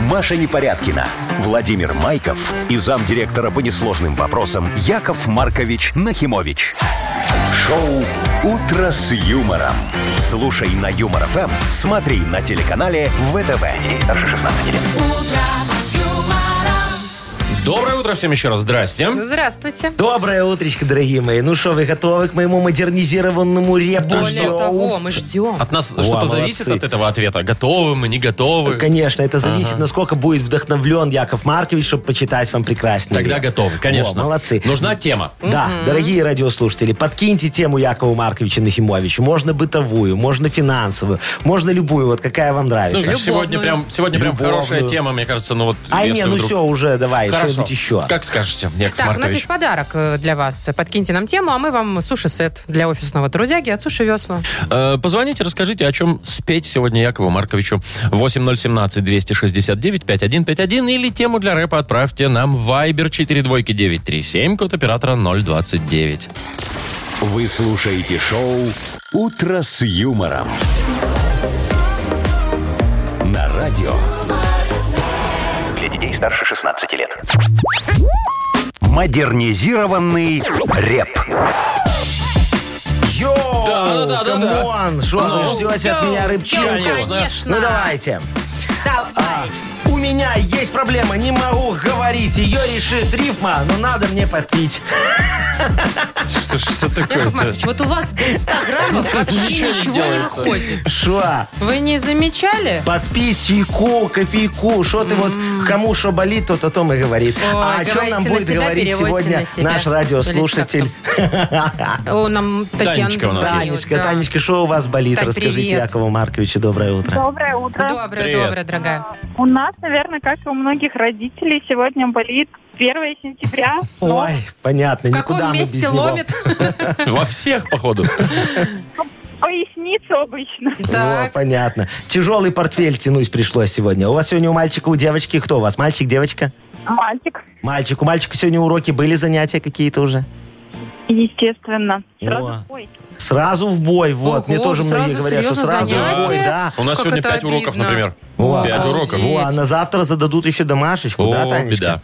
Speaker 1: Маша Непорядкина, Владимир Майков и замдиректора по несложным вопросам Яков Маркович Нахимович. Шоу «Утро с юмором». Слушай на Юмор ФМ, смотри на телеканале ВТВ. Здесь старше 16 лет.
Speaker 2: Доброе утро всем еще раз. Здрасте.
Speaker 3: Здравствуйте.
Speaker 4: Доброе утречко, дорогие мои. Ну что, вы готовы к моему модернизированному репу?
Speaker 3: Более того, мы ждем.
Speaker 2: От нас
Speaker 4: О,
Speaker 2: что-то
Speaker 4: молодцы.
Speaker 2: зависит от этого ответа? Готовы мы, не готовы?
Speaker 4: Ну, Конечно, это зависит, насколько будет вдохновлен Яков Маркович, чтобы почитать вам прекрасный
Speaker 2: Тогда
Speaker 4: реп.
Speaker 2: готовы, конечно.
Speaker 4: Во, молодцы.
Speaker 2: Нужна тема.
Speaker 4: Да, дорогие радиослушатели, подкиньте тему Якову Марковичу Нахимовичу. Можно бытовую, можно финансовую, можно любую, вот какая вам
Speaker 2: Ну,
Speaker 4: нравится.
Speaker 2: сегодня прям, сегодня прям
Speaker 4: Любовную.
Speaker 2: хорошая тема, мне кажется, ну вот...
Speaker 4: Ай,
Speaker 2: если
Speaker 4: не, ну
Speaker 2: вдруг-
Speaker 4: все, уже давай,
Speaker 2: Хорошо.
Speaker 4: что-нибудь еще.
Speaker 2: Как скажете, Яков
Speaker 3: Так, у нас
Speaker 2: Маркович.
Speaker 3: есть подарок э, для вас. Подкиньте нам тему, а мы вам суши-сет для офисного трудяги от Суши Весла.
Speaker 2: Э, Позвоните, расскажите, о чем спеть сегодня Якову Марковичу. 8017-269-5151 или тему для рэпа отправьте нам в Viber 42937, код оператора 029.
Speaker 1: Вы слушаете шоу «Утро с юмором». На радио
Speaker 7: Для детей старше 16 лет.
Speaker 1: «Модернизированный реп».
Speaker 4: Йоу,
Speaker 2: Да-да-да-да-да.
Speaker 4: камон, что
Speaker 3: Ну,
Speaker 4: вы ждете от
Speaker 3: йоу,
Speaker 4: меня рыбчинку?
Speaker 2: йоу, конечно.
Speaker 4: Ну давайте. А, у меня есть проблема, не могу говорить. Ее решит рифма, но надо мне попить.
Speaker 2: Что ж это
Speaker 3: Яков Маркович, вот у вас без 100 граммов вообще
Speaker 2: Ну, Ничего не
Speaker 3: ничего не
Speaker 2: делается.
Speaker 3: выходит.
Speaker 4: Шо?
Speaker 3: Вы не замечали?
Speaker 4: Подпись чайку, кофейку. Что ты вот кому что болит, тот о том и говорит.
Speaker 3: Ой,
Speaker 4: а о чем
Speaker 3: говорите
Speaker 4: нам
Speaker 3: на
Speaker 4: будет
Speaker 3: себя,
Speaker 4: говорить
Speaker 3: переводите
Speaker 4: сегодня
Speaker 3: на себя.
Speaker 4: наш радиослушатель?
Speaker 3: О, нам Татьяна
Speaker 2: Танечка у нас
Speaker 3: дозвонилась,
Speaker 4: Танечка,
Speaker 3: да.
Speaker 4: Танечка, что у вас болит?
Speaker 3: Тань,
Speaker 4: Расскажите
Speaker 3: привет.
Speaker 4: Якову Марковичу. Доброе утро.
Speaker 10: Доброе утро.
Speaker 3: Доброе,
Speaker 2: Привет.
Speaker 3: доброе, дорогая.
Speaker 10: У нас, наверное, как и у многих родителей, сегодня болит 1 сентября. Но
Speaker 4: Ой, понятно,
Speaker 3: В
Speaker 4: никуда
Speaker 3: каком
Speaker 4: мы без
Speaker 3: месте
Speaker 4: него.
Speaker 3: ломит? ну,
Speaker 2: Во всех, походу.
Speaker 10: поясницу обычно.
Speaker 4: Во,
Speaker 3: Так,
Speaker 4: понятно. Тяжелый портфель тянуть пришлось сегодня. У вас сегодня у мальчика, у девочки кто у вас? Мальчик, девочка?
Speaker 10: Мальчик,
Speaker 4: Мальчик. У мальчика сегодня уроки были, занятия какие-то уже?
Speaker 10: естественно. Сразу,
Speaker 4: Во.
Speaker 10: ой,
Speaker 4: Сразу в бой, вот.
Speaker 3: Ого,
Speaker 4: Мне тоже
Speaker 3: сразу
Speaker 4: многие говорят, что
Speaker 3: серьезно
Speaker 4: сразу в бой,
Speaker 3: занятия?
Speaker 4: да.
Speaker 2: У нас
Speaker 3: Как
Speaker 2: сегодня
Speaker 3: это
Speaker 2: 5 уроков,
Speaker 3: обидно.
Speaker 2: например.
Speaker 4: Во.
Speaker 2: 5 уроков.
Speaker 3: Обалдеть.
Speaker 4: Во, а на завтра зададут еще домашечку, да,
Speaker 2: О,
Speaker 4: Танечка?
Speaker 2: беда.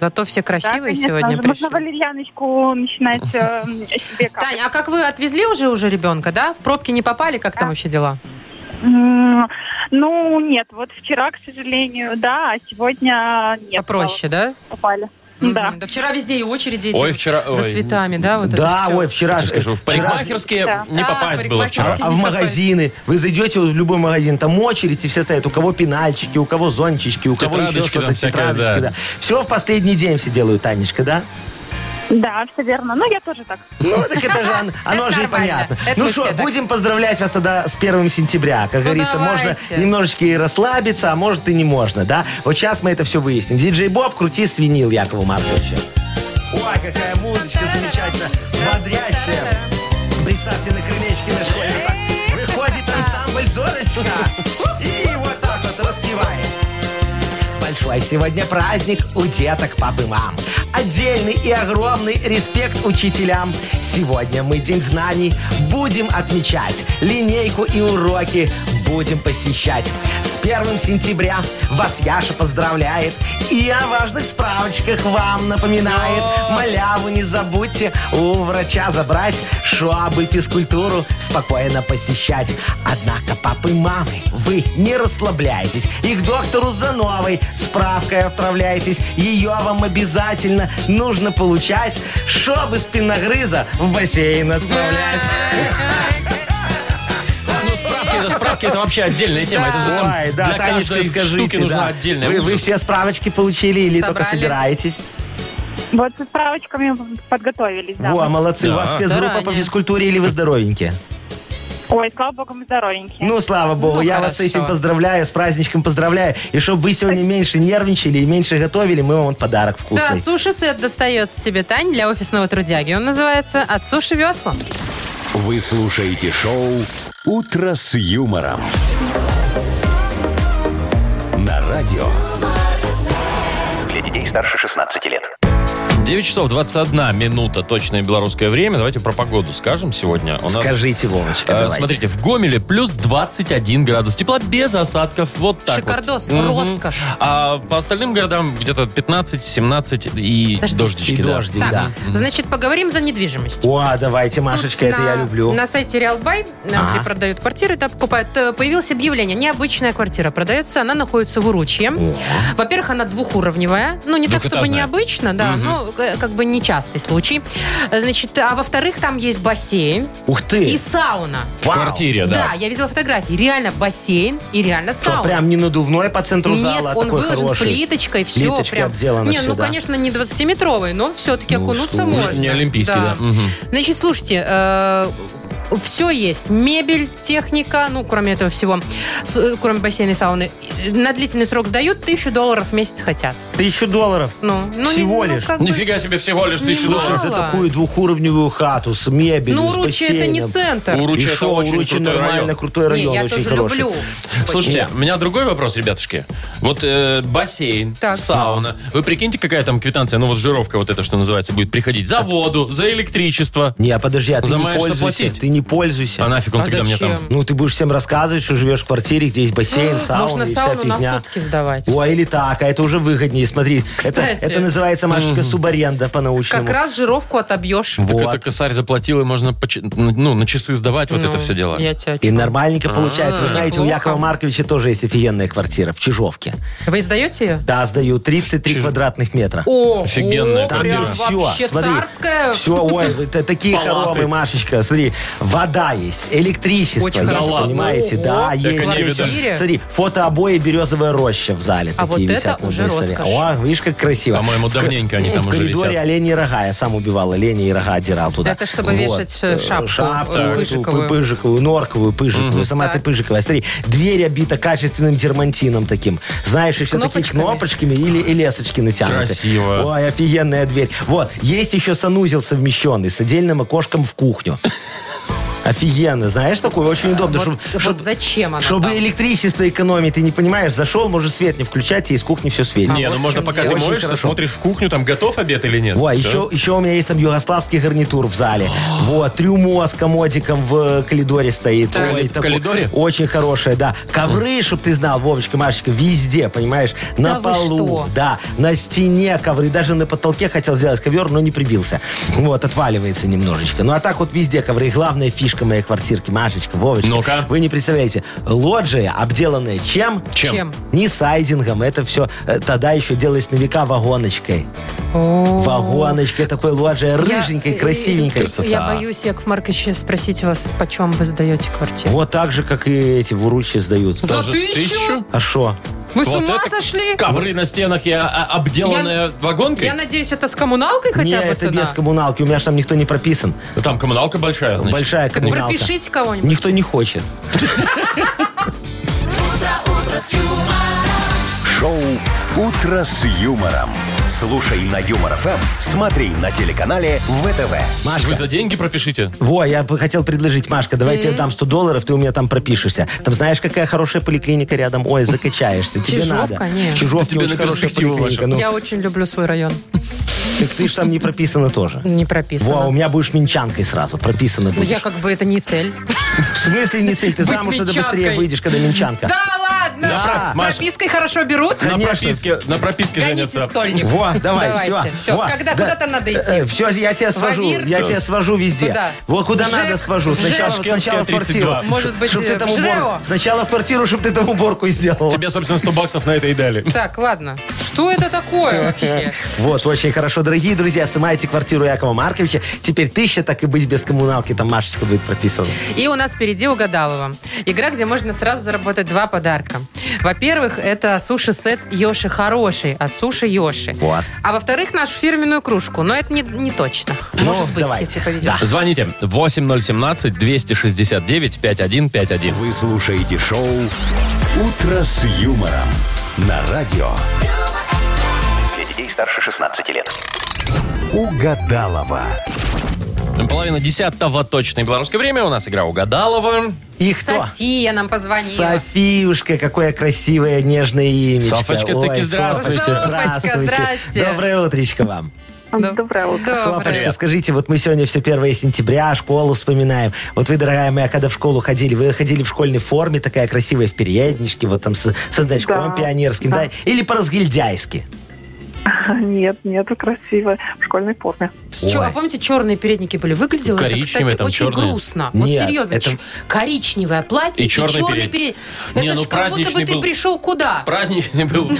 Speaker 3: зато все
Speaker 10: да,
Speaker 3: красивые
Speaker 10: конечно,
Speaker 3: сегодня
Speaker 10: уже можно
Speaker 3: пришли.
Speaker 10: валерьяночку начинать э, себе как.
Speaker 3: Таня, а как вы отвезли уже уже ребенка, да? В пробки не попали? Как там вообще дела?
Speaker 10: М, Ну, нет, вот вчера, к сожалению, да, а сегодня нет.
Speaker 3: Попроще, да?
Speaker 10: Слава, Попали.
Speaker 3: Мгм.
Speaker 10: Да.
Speaker 3: Да вчера везде и очереди эти
Speaker 2: Ой, вчера-
Speaker 3: за
Speaker 2: ой.
Speaker 3: цветами, да? Вот
Speaker 4: да,
Speaker 3: это всё.
Speaker 4: ой, вчера...
Speaker 2: Сейчас скажу, в
Speaker 4: вчера-
Speaker 2: парикмахерские
Speaker 10: Да.
Speaker 2: не
Speaker 3: А,
Speaker 2: попасть было вчера.
Speaker 3: парикмахерские.
Speaker 4: А в магазины. Вы зайдете вот в любой магазин, там очередь, и все стоят. У кого пенальчики, у кого зончички, у кого еще
Speaker 2: Тетрадочки там
Speaker 4: что-то,
Speaker 2: всякое,
Speaker 4: тетрадочки,
Speaker 2: да.
Speaker 4: да. Все в последний день все делают, Танечка, да?
Speaker 10: Да, все верно. Ну, я тоже так.
Speaker 4: Ну, так это же он- оно
Speaker 3: Это
Speaker 4: же и
Speaker 3: нормально.
Speaker 4: понятно.
Speaker 3: Это
Speaker 4: Ну
Speaker 3: мы все
Speaker 4: что,
Speaker 3: так.
Speaker 4: будем поздравлять вас тогда с 1 сентября. Как говорится, можно
Speaker 3: давайте.
Speaker 4: немножечко и расслабиться, а может и не можно, да? Вот сейчас мы это все выясним. Диджей Боб, крути свинил Якову Марковичу. Ой, какая музычка замечательная, бодрящая. Представьте, на крылечке на школе вот так выходит ансамбль «Зорочка» и вот так вот распевает. Большой сегодня праздник у деток пап и мам. Отдельный и огромный респект учителям. Сегодня мы День знаний будем отмечать. Линейку и уроки будем посещать. С первым сентября вас Яша поздравляет. И о важных справочках вам напоминает. Маляву не забудьте у врача забрать, чтобы физкультуру спокойно посещать. Однако папы и мамы вы не расслабляйтесь. И к доктору за новой справкой отправляйтесь. Ее вам обязательно нужно получать, чтобы спиногрыза в бассейн отправлять.
Speaker 2: Ну, справки, это справки, это вообще отдельная тема. Это же там
Speaker 4: Ой, да,
Speaker 2: для
Speaker 4: Танечка,
Speaker 2: каждой
Speaker 4: скажите,
Speaker 2: штуки нужна
Speaker 4: да.
Speaker 2: отдельная.
Speaker 4: Вы, вы
Speaker 2: Ужас.
Speaker 4: все справочки получили или только
Speaker 3: Собрали.
Speaker 4: собираетесь?
Speaker 10: Вот со справочками подготовились, да.
Speaker 4: Во, а молодцы. У вас
Speaker 2: Да.
Speaker 4: спецгруппа по
Speaker 3: Заранее.
Speaker 4: физкультуре или вы здоровенькие?
Speaker 10: Ой, слава богу, мы здоровенькие.
Speaker 4: Ну, слава богу,
Speaker 3: Ну,
Speaker 4: я вас с
Speaker 3: хорошо.
Speaker 4: этим поздравляю, с праздничком поздравляю. И чтобы вы сегодня меньше нервничали и меньше готовили, мы вам вот подарок
Speaker 3: Да,
Speaker 4: вкусный.
Speaker 3: суши-сет достается тебе, Тань, для офисного трудяги. Он называется «От суши весла».
Speaker 1: Вы слушаете шоу «Утро с юмором». На радио
Speaker 7: Для детей старше 16 лет.
Speaker 2: 9 часов 21 минута, точное белорусское время. Давайте про погоду скажем сегодня. У нас,
Speaker 4: Скажите, Вовочка,
Speaker 2: э,
Speaker 4: давайте.
Speaker 2: Смотрите, в Гомеле плюс 21 градус. Тепла без осадков. Вот так
Speaker 3: Шикардос,
Speaker 2: вот. Мгм.
Speaker 3: роскошь.
Speaker 2: А по остальным городам где-то 15, 17 и
Speaker 3: Дожди.
Speaker 2: дождички.
Speaker 4: И
Speaker 2: да.
Speaker 4: дождик,
Speaker 3: Так,
Speaker 4: да.
Speaker 3: значит, поговорим за недвижимость.
Speaker 4: О, давайте, Машечка, это я
Speaker 3: На-
Speaker 4: люблю.
Speaker 3: На сайте Реалбай, э,
Speaker 4: Ага.
Speaker 3: где продают квартиры, да, покупают, э, появилось объявление. Необычная квартира продается, она находится в Уручье. Во-первых, она двухуровневая. Ну, не так, чтобы
Speaker 2: Двухэтажная.
Speaker 3: необычно, да, но э, как бы нечастый случай. Э, Значит, а во-вторых, там есть бассейн
Speaker 4: Ух
Speaker 3: и
Speaker 4: ты!
Speaker 3: сауна.
Speaker 2: В
Speaker 4: Э,
Speaker 2: квартире,
Speaker 3: Да.
Speaker 2: да.
Speaker 3: я видела фотографии. Реально бассейн и реально
Speaker 4: Что,
Speaker 3: сауна.
Speaker 4: прям не надувной по центру
Speaker 3: Нет,
Speaker 4: зала, а
Speaker 3: он
Speaker 4: такой
Speaker 3: выложен
Speaker 4: хороший.
Speaker 3: плиточкой, все
Speaker 4: Плиточкой
Speaker 3: прям.
Speaker 4: обделано
Speaker 3: не,
Speaker 4: всё,
Speaker 3: ну,
Speaker 4: да.
Speaker 3: конечно, не 20-метровый, но все-таки
Speaker 4: Ну,
Speaker 3: окунуться
Speaker 4: что вы.
Speaker 3: можно.
Speaker 2: Не олимпийский, да. Мгм.
Speaker 3: Значит, слушайте, все есть. Мебель, техника, ну, кроме этого всего, с- э, кроме бассейна и сауны. И На длительный срок сдают, тысячу долларов в месяц хотят.
Speaker 4: Тысячу долларов.
Speaker 3: Ну, ну,
Speaker 4: Всего
Speaker 3: ну,
Speaker 4: лишь?
Speaker 3: как бы-
Speaker 2: Нифига себе, всего лишь
Speaker 3: Не
Speaker 2: тысячу
Speaker 3: мало.
Speaker 2: долларов.
Speaker 4: За
Speaker 3: Мало.
Speaker 4: такую двухуровневую хату с мебелью,
Speaker 3: Ну,
Speaker 4: с
Speaker 3: Уручье это
Speaker 4: бассейном.
Speaker 3: не центр.
Speaker 4: И
Speaker 2: Уручье Ну, это
Speaker 4: шо,
Speaker 2: очень
Speaker 4: Уручье
Speaker 2: крутой
Speaker 4: нормально
Speaker 2: район.
Speaker 4: крутой район,
Speaker 3: Не, я
Speaker 4: очень
Speaker 3: тоже
Speaker 4: хороший.
Speaker 3: люблю.
Speaker 2: Слушайте, у меня другой вопрос, ребятушки. Вот э, бассейн,
Speaker 3: Так.
Speaker 2: сауна. Вы прикиньте, какая там квитанция, ну вот жировка вот это, что называется, будет приходить за воду, за электричество.
Speaker 4: Не, подожди, а ты
Speaker 2: За
Speaker 4: не
Speaker 2: маешь
Speaker 4: пользуйся.
Speaker 2: заплатить?
Speaker 4: Ты не пользуйся.
Speaker 2: А нафиг он
Speaker 3: А
Speaker 2: тогда мне там?
Speaker 3: зачем? Ну,
Speaker 4: Ну, ты будешь всем рассказывать, что живешь в квартире, где есть бассейн, сауна
Speaker 3: Можно
Speaker 4: и вся
Speaker 3: сауну на
Speaker 4: фигня.
Speaker 3: сутки сдавать.
Speaker 4: Ой, или так, а это уже выгоднее, смотри. Это,
Speaker 3: Кстати.
Speaker 4: это называется, Машечка, субаренда по-научному.
Speaker 3: Как раз жировку отобьешь.
Speaker 2: Так
Speaker 4: Вот.
Speaker 2: это косарь заплатил, и можно по ч- ну, на часы сдавать вот это все дело.
Speaker 3: Я тебя
Speaker 4: И
Speaker 3: чую.
Speaker 4: нормальненько получается. Вы знаете, у
Speaker 3: неплохо.
Speaker 4: Якова Марковича тоже есть офигенная квартира в Чижовке.
Speaker 3: Вы издаете ее?
Speaker 4: Да, сдают 33
Speaker 2: Чиж-
Speaker 4: квадратных метра.
Speaker 3: О,
Speaker 2: Офигенная
Speaker 3: прям
Speaker 2: квартира.
Speaker 3: вообще царская.
Speaker 4: Все, ой, вы та- такие
Speaker 2: Палаты.
Speaker 4: хоромы, Машечка. Смотри, вода есть, электричество
Speaker 3: Очень
Speaker 4: есть,
Speaker 3: хорошо.
Speaker 4: понимаете?
Speaker 3: Ого.
Speaker 4: Да,
Speaker 3: Так
Speaker 4: есть.
Speaker 2: они
Speaker 4: Смотри,
Speaker 3: видали.
Speaker 4: Смотри, фотообои «Березовая роща» в зале.
Speaker 3: А
Speaker 4: такие
Speaker 3: вот
Speaker 4: висят
Speaker 3: это
Speaker 4: на
Speaker 3: уже
Speaker 4: одной стороне.
Speaker 3: роскошь.
Speaker 4: О, видишь, как красиво.
Speaker 2: По-моему,
Speaker 4: В ко-
Speaker 2: давненько они
Speaker 4: ну,
Speaker 2: там
Speaker 4: в
Speaker 2: уже
Speaker 4: коридоре
Speaker 2: висят.
Speaker 4: олени и рога. Я сам убивал оленей и рога, отдирал туда.
Speaker 3: Это чтобы вешать, э,
Speaker 4: Э,
Speaker 3: шапку,
Speaker 4: Шапку,
Speaker 3: э,
Speaker 4: эту,
Speaker 3: пыжиковую.
Speaker 4: пы- пыжиковую, норковую, пыжиковую. Сама ты
Speaker 3: Так.
Speaker 4: пыжиковая. Смотри, дверь обита качественным дермантином таким. Знаешь, еще такие
Speaker 3: кнопочками?
Speaker 4: кнопочками или и лесочки натянуты.
Speaker 2: Красиво.
Speaker 4: Ой, офигенная дверь. Вот, есть еще санузел совмещенный с отдельным окошком в кухню. Офигенно, знаешь, такой очень удобно.
Speaker 3: Вот-
Speaker 4: чтоб-
Speaker 3: вот
Speaker 4: чтоб-
Speaker 3: зачем она
Speaker 4: Чтобы
Speaker 3: там?
Speaker 4: электричество экономить, ты не понимаешь, зашел, можешь свет не включать, и из кухни все светит.
Speaker 2: Не,
Speaker 3: вот
Speaker 2: ну
Speaker 3: в
Speaker 2: можно
Speaker 3: чем
Speaker 2: пока
Speaker 3: дело.
Speaker 2: ты
Speaker 4: Очень
Speaker 2: моешься,
Speaker 4: хорошо.
Speaker 2: смотришь в кухню, там готов обед или нет.
Speaker 4: Во,
Speaker 2: Да?
Speaker 4: еще, еще у меня есть там югославский гарнитур в зале. Вот, трюмо с комодиком в э, коридоре стоит.
Speaker 2: В коли- в
Speaker 4: такой-
Speaker 2: коридоре?
Speaker 4: Очень хорошее, да. Ковры, чтоб ты знал, Вовочка, Машечка, везде, понимаешь?
Speaker 3: Да
Speaker 4: На
Speaker 3: вы
Speaker 4: полу,
Speaker 3: что?
Speaker 4: да, на стене ковры. Даже на потолке хотел сделать ковер, но не прибился. Вот, отваливается немножечко. Ну, а так вот везде ковры. И главная фишка моей квартирки, Машечка, Вовочка.
Speaker 2: Ну-ка.
Speaker 4: Вы не представляете, лоджия, обделанная чем?
Speaker 2: Чем?
Speaker 3: Чем?
Speaker 4: Не сайдингом, это все тогда еще делалось на века вагоночкой. Вагоночка такой лоджия, рыженькой,
Speaker 3: Я-
Speaker 4: красивенькой.
Speaker 3: э, э, Я боюсь, Яков Маркович, спросить вас, почем вы сдаете квартиру.
Speaker 4: Вот так же, как и эти в Уручье сдают.
Speaker 3: За
Speaker 2: Даже
Speaker 3: тысячу?
Speaker 2: тысячу?
Speaker 4: А что?
Speaker 3: Вы
Speaker 2: Вот
Speaker 3: с ума
Speaker 2: это
Speaker 3: сошли?
Speaker 2: Ковры на стенах и а, а, обделанная вагонкой?
Speaker 3: Я надеюсь, это с коммуналкой
Speaker 4: Не,
Speaker 3: хотя бы
Speaker 4: это
Speaker 3: цена?
Speaker 4: без коммуналки, у меня же там никто не прописан.
Speaker 2: Ну, Там коммуналка большая, значит.
Speaker 4: Большая
Speaker 3: Так
Speaker 4: коммуналка.
Speaker 3: пропишите кого-нибудь.
Speaker 4: Никто не хочет.
Speaker 1: Шоу «Утро с юмором». Слушай на Юмор ФМ, смотри на телеканале ВТВ.
Speaker 2: Вы
Speaker 4: Машка,
Speaker 2: за деньги пропишите.
Speaker 4: во, я бы хотел предложить, Машка, давай я тебе дам 100 долларов, ты у меня там пропишешься. Там знаешь, какая хорошая поликлиника рядом? Ой, закачаешься, тебе
Speaker 3: Чижовка,
Speaker 4: надо.
Speaker 3: не.
Speaker 4: Чижовка,
Speaker 2: Это тебе
Speaker 4: очень
Speaker 2: на
Speaker 4: хорошая
Speaker 2: перспективу,
Speaker 4: поликлиника.
Speaker 2: Маша.
Speaker 4: Ну,
Speaker 3: Я очень люблю свой район.
Speaker 4: так ты ж там не прописана тоже.
Speaker 3: Не прописано.
Speaker 4: Во, у меня будешь минчанкой сразу, прописана
Speaker 3: Ну,
Speaker 4: будешь.
Speaker 3: Я как бы это не цель.
Speaker 4: В смысле не цель? Ты
Speaker 3: Быть
Speaker 4: замуж надо быстрее
Speaker 3: минчанкой.
Speaker 4: выйдешь, когда минчанка.
Speaker 3: Да ладно!
Speaker 2: Да,
Speaker 3: С
Speaker 2: Маша.
Speaker 3: пропиской хорошо берут?
Speaker 2: На
Speaker 4: Конечно.
Speaker 2: прописке, на прописке
Speaker 3: Гоните
Speaker 2: женятся.
Speaker 3: стольник.
Speaker 4: Во, давай,
Speaker 3: Давайте.
Speaker 4: все.
Speaker 3: Всё, когда- куда-то надо идти.
Speaker 4: все, Э, я тебя свожу,
Speaker 3: Вампир?
Speaker 4: я тебя свожу везде.
Speaker 3: Куда?
Speaker 4: Вот куда
Speaker 3: В
Speaker 4: надо
Speaker 3: ЖЭК?
Speaker 4: свожу.
Speaker 3: В
Speaker 4: Сначала,
Speaker 2: ЖЭК?
Speaker 4: сначала в квартиру.
Speaker 2: 32.
Speaker 3: Может быть,
Speaker 4: Чтоб ты
Speaker 3: э,
Speaker 4: там
Speaker 3: в
Speaker 4: убор-
Speaker 3: ЖРЭО?
Speaker 4: Сначала в квартиру, чтобы ты там уборку сделал.
Speaker 2: Тебе, собственно, 100 баксов на это и дали.
Speaker 3: Так, ладно. Что это такое вообще?
Speaker 4: Вот, очень хорошо. Дорогие друзья, снимайте квартиру Якова Марковича. Теперь тысяча, так и быть, без коммуналки. Там Машечка будет прописана.
Speaker 3: И у нас впереди угадалова. Игра, где можно сразу заработать два подарка. Во-первых, это суши-сет Йоши Хороший от Суши Йоши.
Speaker 4: Вот.
Speaker 3: А во-вторых, нашу фирменную кружку. Но это не, не точно. Может быть,
Speaker 4: Ну, давайте.
Speaker 3: если повезет.
Speaker 2: Звоните 8017-269-5151.
Speaker 1: Вы слушаете шоу «Утро с юмором» на радио
Speaker 7: Для детей старше 16 лет.
Speaker 1: «Угадалова».
Speaker 2: Половина десятого точное белорусское время. У нас игра угадалова.
Speaker 4: И кто?
Speaker 3: София нам позвонила.
Speaker 4: Софиюшка, какое красивое, нежное имя.
Speaker 2: Софочка, таки здравствуйте.
Speaker 3: Софочка,
Speaker 4: здравствуйте.
Speaker 3: здрасте.
Speaker 4: Доброе утречко вам.
Speaker 3: Да.
Speaker 10: Доброе утро.
Speaker 3: Э,
Speaker 4: Славочка, скажите, вот мы сегодня все 1 сентября, школу вспоминаем. Вот вы, дорогая моя, когда в школу ходили, вы ходили в школьной форме, такая красивая в передничке, вот там с, со значком
Speaker 10: Да,
Speaker 4: пионерским, да? Или по-разгильдяйски?
Speaker 10: Нет, нет, красиво. В школьной форме.
Speaker 3: С чё-
Speaker 4: Ой.
Speaker 3: а помните, черные передники были? Выглядело это,
Speaker 2: Коричневые
Speaker 3: кстати,
Speaker 2: там,
Speaker 3: очень
Speaker 2: черные.
Speaker 3: грустно.
Speaker 4: Нет,
Speaker 3: вот серьезно,
Speaker 4: это-
Speaker 3: ч- коричневое платье
Speaker 2: И
Speaker 3: и,
Speaker 2: черный
Speaker 3: черный,
Speaker 2: перед-
Speaker 3: передник.
Speaker 2: Не,
Speaker 3: Это
Speaker 2: ну,
Speaker 3: ж как будто бы
Speaker 2: праздничный был.
Speaker 3: ты пришел куда?
Speaker 2: Праздничный был, был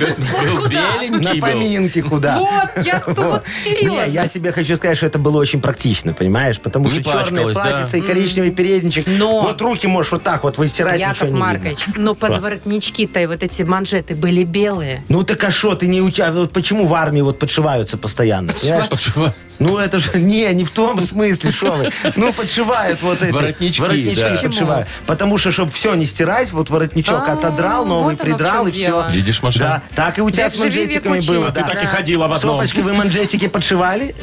Speaker 3: куда?
Speaker 4: На
Speaker 2: беленький был.
Speaker 4: поминки куда?
Speaker 3: Вот, я кто вот серьезно.
Speaker 4: Не, я тебе хочу сказать, что это было очень практично, понимаешь? Потому
Speaker 2: Не
Speaker 4: что черные
Speaker 2: пачкалось, да.
Speaker 4: платьица и коричневый передничек.
Speaker 3: Но-
Speaker 4: Вот руки можешь вот так вот вытирать,
Speaker 3: Яков
Speaker 4: ничего не видно.
Speaker 3: Маркович, но подворотнички-то и вот эти манжеты были белые.
Speaker 4: Ну так а что, ты не уча... вот почему в армии вот подшиваются постоянно? понимаешь?
Speaker 2: Подшива-
Speaker 4: Ну это же, не, не в том смысле, что вы. Ну подшивают вот эти.
Speaker 2: Воротнички, да. Почему?
Speaker 4: подшивают. Потому что, чтобы все не стирать, вот воротничок
Speaker 3: А,
Speaker 4: отодрал, новый
Speaker 3: вот оно в
Speaker 4: придрал
Speaker 3: чем
Speaker 4: и все.
Speaker 3: дело.
Speaker 2: Видишь, Маша?
Speaker 4: Да, так и у тебя
Speaker 3: Да,
Speaker 4: с
Speaker 3: живи век
Speaker 4: манжетиками
Speaker 3: учись.
Speaker 4: было.
Speaker 3: А ты
Speaker 4: да.
Speaker 2: Так и ходила в одном.
Speaker 4: Сопочки, вы манжетики подшивали?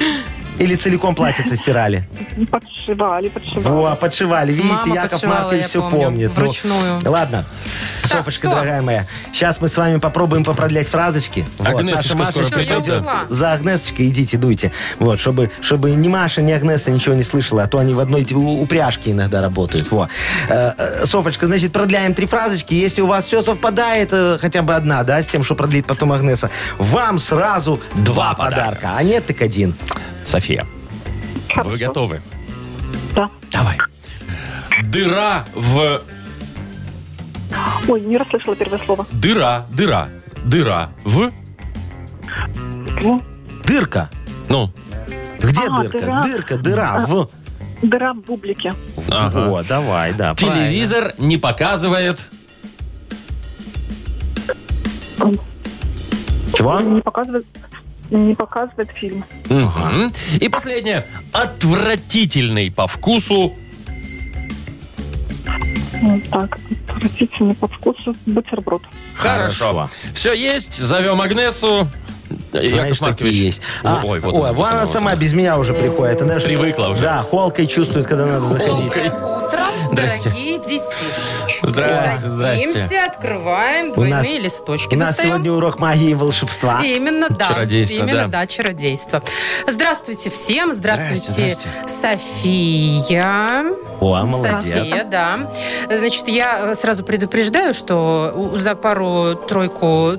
Speaker 4: Или целиком платьице стирали?
Speaker 10: Подшивали, подшивали.
Speaker 4: Во, подшивали. Видите,
Speaker 3: Мама
Speaker 4: Яков
Speaker 3: подшивала,
Speaker 4: Маркович
Speaker 3: я
Speaker 4: все
Speaker 3: помню,
Speaker 4: помнит. Ну,
Speaker 3: вручную.
Speaker 4: ладно. Софочка,
Speaker 3: что?
Speaker 4: дорогая моя, сейчас мы с вами попробуем попродлять фразочки. Вот,
Speaker 2: Агнесочка
Speaker 4: наша
Speaker 2: скоро
Speaker 4: Машечка
Speaker 2: придет,
Speaker 4: идет
Speaker 3: да?
Speaker 4: За Агнесочкой идите, дуйте. Вот, чтобы, чтобы ни Маша, ни Агнеса ничего не слышала, а то они в одной т- у- упряжке иногда работают. Во. Э, э, Софочка, значит, продляем три фразочки. Если у вас все совпадает, э, хотя бы одна, да, с тем, что продлит потом Агнеса, вам сразу два подарка. А нет, так один.
Speaker 2: София, вы готовы?
Speaker 10: Да.
Speaker 2: Давай. Дыра в...
Speaker 10: Ой, не расслышала первое слово.
Speaker 2: Дыра, дыра, дыра в...
Speaker 10: Ну,
Speaker 4: Дырка.
Speaker 2: Ну,
Speaker 4: Где
Speaker 10: А,
Speaker 4: дырка?
Speaker 10: дыра. А,
Speaker 4: Дырка, дыра. В...
Speaker 10: дыра в бублике.
Speaker 2: Ага.
Speaker 4: О, давай, да. правильно.
Speaker 2: телевизор не показывает...
Speaker 4: Чего?
Speaker 10: Не показывает, не показывает фильм.
Speaker 2: Мгм. И последнее. Отвратительный по вкусу...
Speaker 10: Ну, Так, отвратительный по вкусу бутерброд.
Speaker 2: Хорошо.
Speaker 4: Хорошо.
Speaker 2: Все есть, зовем Агнесу.
Speaker 4: Знаешь,
Speaker 2: Яков Маркович.
Speaker 4: такие есть. А,
Speaker 2: Ой,
Speaker 4: ой,
Speaker 2: вот она,
Speaker 4: вон
Speaker 2: вот
Speaker 4: она
Speaker 2: вот
Speaker 4: сама без меня уже приходит. Она же-
Speaker 2: Привыкла уже.
Speaker 4: Да, холкой чувствует, когда надо заходить.
Speaker 2: Окей.
Speaker 3: Утром,
Speaker 2: Здрасте.
Speaker 3: дорогие детишки.
Speaker 2: Здрасте, здрасте.
Speaker 3: Садимся, открываем
Speaker 4: У
Speaker 3: двойные
Speaker 4: нас-
Speaker 3: листочки.
Speaker 4: У нас
Speaker 3: достаем.
Speaker 4: сегодня урок магии и волшебства.
Speaker 3: Именно, да.
Speaker 2: Чародейство,
Speaker 3: Именно,
Speaker 2: да.
Speaker 3: А, да. чародейство. Здравствуйте всем. Здравствуйте,
Speaker 2: Здрасте,
Speaker 3: София.
Speaker 2: А,
Speaker 4: О, молодец.
Speaker 3: София, да. Значит, я э, сразу предупреждаю, что у- за пару-тройку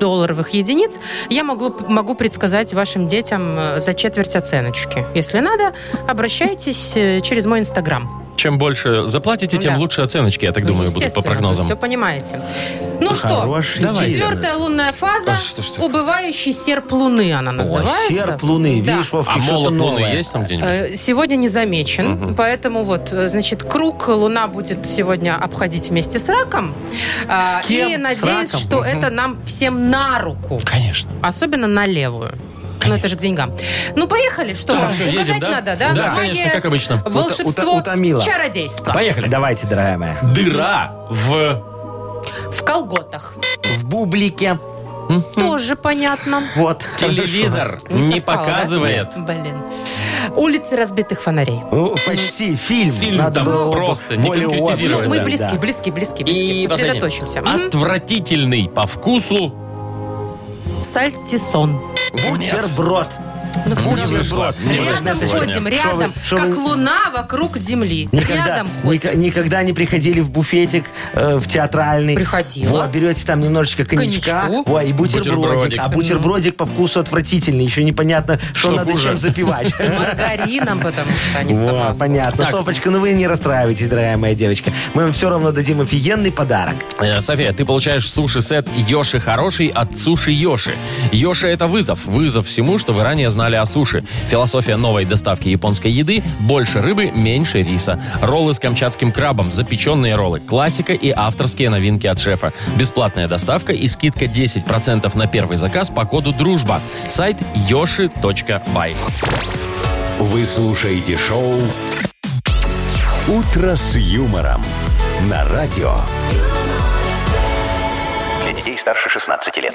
Speaker 3: долларовых единиц я могу, могу предсказать вашим детям э, за четверть оценочки. Если надо, обращайтесь э, через мой инстаграм.
Speaker 2: Чем больше заплатите, тем
Speaker 3: Да.
Speaker 2: лучше оценочки, я так думаю, будут по
Speaker 3: Естественно,
Speaker 2: прогнозам.
Speaker 3: Все понимаете. Ну что,
Speaker 4: Хороший
Speaker 2: давай,
Speaker 4: бизнес.
Speaker 3: четвертая лунная фаза,
Speaker 2: А, что ж ты?
Speaker 3: убывающий серп луны она
Speaker 4: О,
Speaker 3: называется.
Speaker 4: серп луны.
Speaker 3: Да.
Speaker 4: Видишь, Вовчик,
Speaker 2: А
Speaker 4: что-то
Speaker 2: молот луны
Speaker 4: новое.
Speaker 2: есть там где-нибудь?
Speaker 3: Э, Сегодня не замечен, поэтому вот, э, значит, круг Луна будет сегодня обходить вместе с раком. А,
Speaker 4: С кем?
Speaker 3: И
Speaker 4: С
Speaker 3: надеюсь,
Speaker 4: раком?
Speaker 3: что
Speaker 4: Мгм.
Speaker 3: это нам всем на руку,
Speaker 2: Конечно.
Speaker 3: особенно на левую. Ну, это же к деньгам. Ну, поехали, что
Speaker 2: Да,
Speaker 3: там?
Speaker 2: всё,
Speaker 3: Угадать
Speaker 2: едем, да?
Speaker 3: надо, да?
Speaker 2: Да,
Speaker 3: Магия,
Speaker 2: конечно, как обычно.
Speaker 3: Волшебство,
Speaker 4: Ута- утомила.
Speaker 3: чародейство.
Speaker 2: Поехали.
Speaker 4: Давайте, дорогая моя.
Speaker 2: Дыра в...
Speaker 3: В колготах.
Speaker 4: В бублике.
Speaker 3: Тоже понятно.
Speaker 4: Вот.
Speaker 2: Телевизор
Speaker 3: Не
Speaker 2: не
Speaker 3: совпало, да?
Speaker 2: показывает.
Speaker 3: Блин. Улицы разбитых фонарей.
Speaker 4: Ну, почти фильм.
Speaker 2: Фильм
Speaker 4: Надо
Speaker 2: там
Speaker 4: было
Speaker 2: просто не
Speaker 4: более
Speaker 2: конкретизировать,
Speaker 3: Ну,
Speaker 4: образно,
Speaker 3: мы
Speaker 4: да.
Speaker 3: близки,
Speaker 4: Да.
Speaker 3: близки, близки, близки.
Speaker 2: И последнее.
Speaker 3: Сосредоточимся. Мгм.
Speaker 2: Отвратительный по вкусу...
Speaker 3: Сальтисон.
Speaker 4: Бутерброд.
Speaker 3: Ну, всё
Speaker 2: Не
Speaker 3: равно.
Speaker 2: вышло. Не
Speaker 3: Рядом
Speaker 2: вышло сегодня.
Speaker 3: ходим,
Speaker 4: Шо вы-
Speaker 3: рядом,
Speaker 4: шо
Speaker 3: как
Speaker 4: вы-
Speaker 3: луна вокруг земли.
Speaker 4: Никогда,
Speaker 3: рядом ходим.
Speaker 4: ника- никогда не приходили в буфетик э, в театральный.
Speaker 3: Приходила.
Speaker 4: Во, берете там немножечко коньячка.
Speaker 3: Коньячку.
Speaker 4: Во, и бутербродик.
Speaker 2: Бутербродик.
Speaker 4: А бутербродик по вкусу отвратительный. Еще непонятно, что,
Speaker 2: Что
Speaker 4: надо
Speaker 2: хуже.
Speaker 4: чем запивать.
Speaker 3: С маргарином, потому что они
Speaker 4: Во,
Speaker 3: сама.
Speaker 4: понятно. Софочка, ну вы не расстраивайтесь, дорогая моя девочка. Мы вам все равно дадим офигенный подарок.
Speaker 2: Э, София, ты получаешь суши-сет Йоши Хороший от Суши Йоши. Йоши – это вызов. Вызов всему, что вы ранее знали о суши. Философия новой доставки японской еды – больше рыбы, меньше риса. Роллы с камчатским крабом, запеченные роллы, классика и авторские новинки от шефа. Бесплатная доставка и скидка 10% на первый заказ по коду «Дружба». Сайт yoshi.by.
Speaker 1: Вы слушаете шоу «Утро с юмором» на радио.
Speaker 7: Для детей старше 16 лет.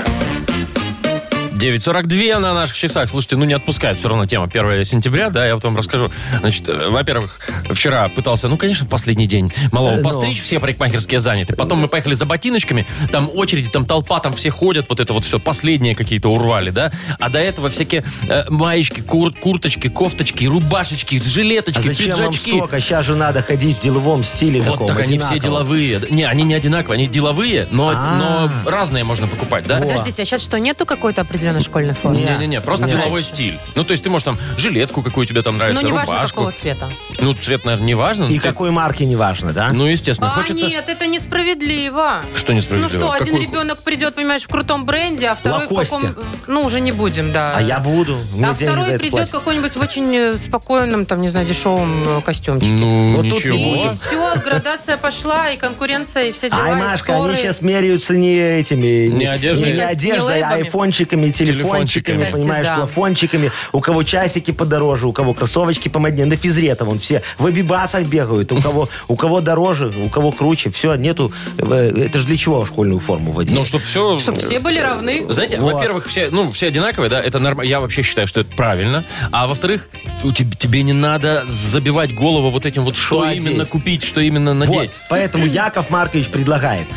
Speaker 2: 9.42 на наших часах. Слушайте, ну не отпускает все равно тема 1 сентября, да, я вот вам расскажу. Значит, э, во-первых, вчера пытался, ну, конечно, в последний день малого
Speaker 4: Э, ну.
Speaker 2: постричь, все парикмахерские заняты. Потом мы поехали за ботиночками, там очереди, там толпа, там все ходят, вот это вот все, последние какие-то урвали, да. А до этого всякие э, маечки, кур- курточки, кофточки, рубашечки, жилеточки,
Speaker 4: А зачем вам
Speaker 2: пиджачки.
Speaker 4: столько? Сейчас же надо ходить в деловом стиле
Speaker 2: Вот
Speaker 4: таком,
Speaker 2: так они все
Speaker 4: одинаковом.
Speaker 2: деловые. Не, они не одинаковые, они деловые, но,
Speaker 4: А.
Speaker 2: но разные можно покупать, да?
Speaker 3: Подождите, а сейчас что, нету какой-то определенной школьной формы?
Speaker 2: Не-не-не, просто
Speaker 4: Нет.
Speaker 2: деловой стиль. Ну, то есть ты можешь там жилетку, какую тебе там
Speaker 3: Ну,
Speaker 2: нравится,
Speaker 3: не важно,
Speaker 2: рубашку.
Speaker 3: какого цвета.
Speaker 2: Ну, цвет, наверное, не важно.
Speaker 4: И
Speaker 2: но ты-
Speaker 4: какой марки, неважно, да?
Speaker 2: Ну, естественно,
Speaker 3: А,
Speaker 2: хочется...
Speaker 3: нет, это несправедливо.
Speaker 2: Что
Speaker 3: Ну
Speaker 2: несправедливо?
Speaker 3: что, один
Speaker 2: Какой-
Speaker 3: ребенок придет, понимаешь, в крутом бренде, а второй
Speaker 4: Лакосте.
Speaker 3: в каком... Ну, уже не будем, да.
Speaker 4: А я буду. У меня
Speaker 3: А
Speaker 4: денег за
Speaker 3: второй
Speaker 4: это
Speaker 3: придет
Speaker 4: платят.
Speaker 3: какой-нибудь в очень э, спокойном, там, не знаю, дешевом э, костюмчике.
Speaker 2: Ну,
Speaker 4: Вот тут
Speaker 2: ничего.
Speaker 4: будем.
Speaker 3: И все, градация пошла, и конкуренция, и все дела,
Speaker 4: Ай,
Speaker 3: и
Speaker 4: Машка,
Speaker 3: ссоры.
Speaker 4: они сейчас меряются не этими...
Speaker 2: Не одеждой.
Speaker 4: Не, не
Speaker 3: Не
Speaker 4: одеждой, а
Speaker 3: лейбами.
Speaker 4: айфончиками, телефончиками,
Speaker 2: Кстати,
Speaker 4: понимаешь,
Speaker 3: да.
Speaker 4: плафончиками. У кого часики подороже, у кого кроссовочки помоднее. На физре-то вон все в абибасах бегают. У кого, у кого дороже, у кого круче. Все, нету... э, Это же для чего школьную форму вводить?
Speaker 2: Ну, чтобы все...
Speaker 3: Чтоб все были равны.
Speaker 2: Знаете,
Speaker 4: Вот.
Speaker 2: во-первых, все, ну, все одинаковые, да, это нормально. Я вообще считаю, что это правильно. А во-вторых, у тебе, тебе не надо забивать голову вот этим вот, что,
Speaker 4: Что
Speaker 2: именно
Speaker 4: одеть?
Speaker 2: купить, что именно
Speaker 4: Вот,
Speaker 2: надеть.
Speaker 4: поэтому Яков Маркович предлагает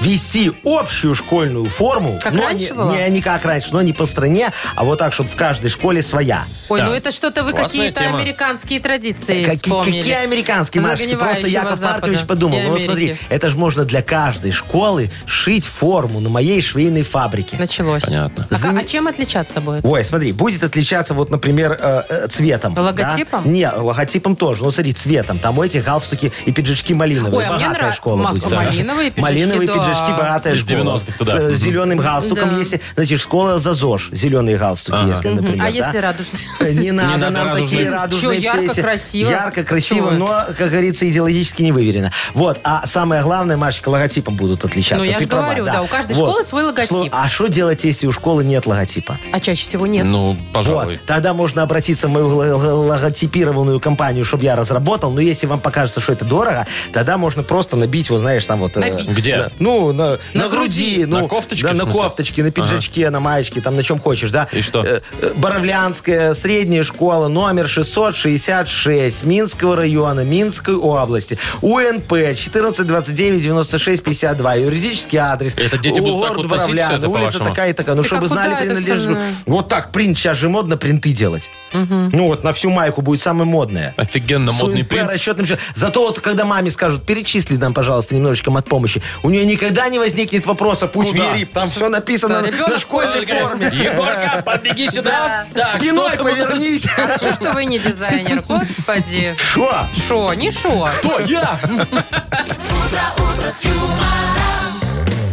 Speaker 4: вести общую школьную форму.
Speaker 3: Как
Speaker 4: но
Speaker 3: раньше
Speaker 4: не,
Speaker 3: была?
Speaker 4: не- не как раньше, но не по стране, а вот так, чтобы в каждой школе своя.
Speaker 3: Ой,
Speaker 2: Да.
Speaker 3: ну это что-то вы
Speaker 2: Классная
Speaker 3: какие-то
Speaker 2: тема.
Speaker 3: американские традиции
Speaker 4: Э, Какие-
Speaker 3: вспомнили.
Speaker 4: Какие американские, Машечка? Просто
Speaker 3: Загнивающего
Speaker 4: Яков
Speaker 3: Запада
Speaker 4: Маркович подумал,
Speaker 3: и
Speaker 4: ну вот
Speaker 3: Америки.
Speaker 4: смотри, это же можно для каждой школы шить форму на моей швейной фабрике.
Speaker 3: Началось.
Speaker 2: Понятно.
Speaker 3: А, ка-
Speaker 4: Зам-
Speaker 3: а чем отличаться будет?
Speaker 4: Ой, смотри, будет отличаться вот, например, э, э, цветом. да?
Speaker 3: Логотипом?
Speaker 4: Не, логотипом тоже. Ну, смотри, цветом. Там у этих галстуки и пиджачки малиновые.
Speaker 3: Ой, а мне
Speaker 4: богатая
Speaker 3: нрав-
Speaker 4: школа
Speaker 3: ма-
Speaker 4: будет.
Speaker 3: малиновые пиджачки,
Speaker 4: Малиновые
Speaker 3: да.
Speaker 4: пиджачки, богатая
Speaker 2: Из
Speaker 4: школа.
Speaker 2: 90-х туда.
Speaker 4: С, э,
Speaker 2: Мгм.
Speaker 4: зеленым галстуком,
Speaker 3: Да.
Speaker 4: если, значит, школа за ЗОЖ. Зеленые галстуки, если, например.
Speaker 3: а
Speaker 4: да?
Speaker 3: если радужный?
Speaker 4: Не надо,
Speaker 2: надо
Speaker 4: нам
Speaker 2: радужные.
Speaker 4: такие радужные
Speaker 3: Чё,
Speaker 4: все
Speaker 3: ярко,
Speaker 4: эти.
Speaker 3: красиво?
Speaker 4: Ярко, красиво,
Speaker 3: Чё?
Speaker 4: но, как говорится, идеологически не выверено. Вот, а самое главное, Машечка, логотипом будут отличаться.
Speaker 3: Ну, я
Speaker 4: Ты
Speaker 3: ж
Speaker 4: права,
Speaker 3: говорю,
Speaker 4: да.
Speaker 3: да, у каждой школы свой логотип.
Speaker 4: Сло- А что делать, если у школы нет логотипа?
Speaker 3: А чаще всего нет.
Speaker 2: Ну, пожалуй.
Speaker 4: Вот. Тогда можно обратиться в мою ло- ло- логотипированную компанию, чтобы я разработал. Но если вам покажется, что это дорого, тогда можно просто набить, вот знаешь, там вот... э,
Speaker 3: Набить.
Speaker 2: Где?
Speaker 4: на- ну, на, на груди.
Speaker 2: груди.
Speaker 4: ну,
Speaker 2: На кофточке,
Speaker 4: Да,
Speaker 2: в
Speaker 4: на
Speaker 2: смысле?
Speaker 4: кофточке, на пиджачке, на маечке, там на чем хочешь, да.
Speaker 2: И что?
Speaker 4: Э, э, Боровлянская средняя школа, номер 666 Минского района, Минской области. УНП 1429-96-52. Юридический адрес.
Speaker 2: Это дети будут так
Speaker 4: Угород
Speaker 2: вот носить всё
Speaker 4: Боровляна,
Speaker 2: это,
Speaker 4: Улица
Speaker 2: по-вашему?
Speaker 4: такая и такая. Ну,
Speaker 3: Так а
Speaker 4: чтобы
Speaker 3: куда
Speaker 4: знали
Speaker 3: это всё
Speaker 4: принадлежу.
Speaker 3: же?
Speaker 4: Вот так, принт, сейчас же модно принты делать. Ну вот, на всю майку будет самое модное.
Speaker 2: Офигенно
Speaker 4: С
Speaker 2: модный
Speaker 4: УНП,
Speaker 2: принт.
Speaker 4: расчетным счетом. Зато вот, когда маме скажут, перечисли нам, пожалуйста, немножечко от помощи, у нее никогда не возникнет вопроса, пусть
Speaker 2: Куда?
Speaker 4: верит, там все написано
Speaker 3: Да,
Speaker 4: на-
Speaker 3: ребенок
Speaker 4: на школьной форме.
Speaker 2: Егорка, подбеги сюда. Так,
Speaker 4: Спиной
Speaker 2: что там у нас?
Speaker 4: повернись.
Speaker 3: Хорошо, что вы не дизайнер. Господи.
Speaker 4: Шо?
Speaker 3: Шо, не шо.
Speaker 2: Кто? Я!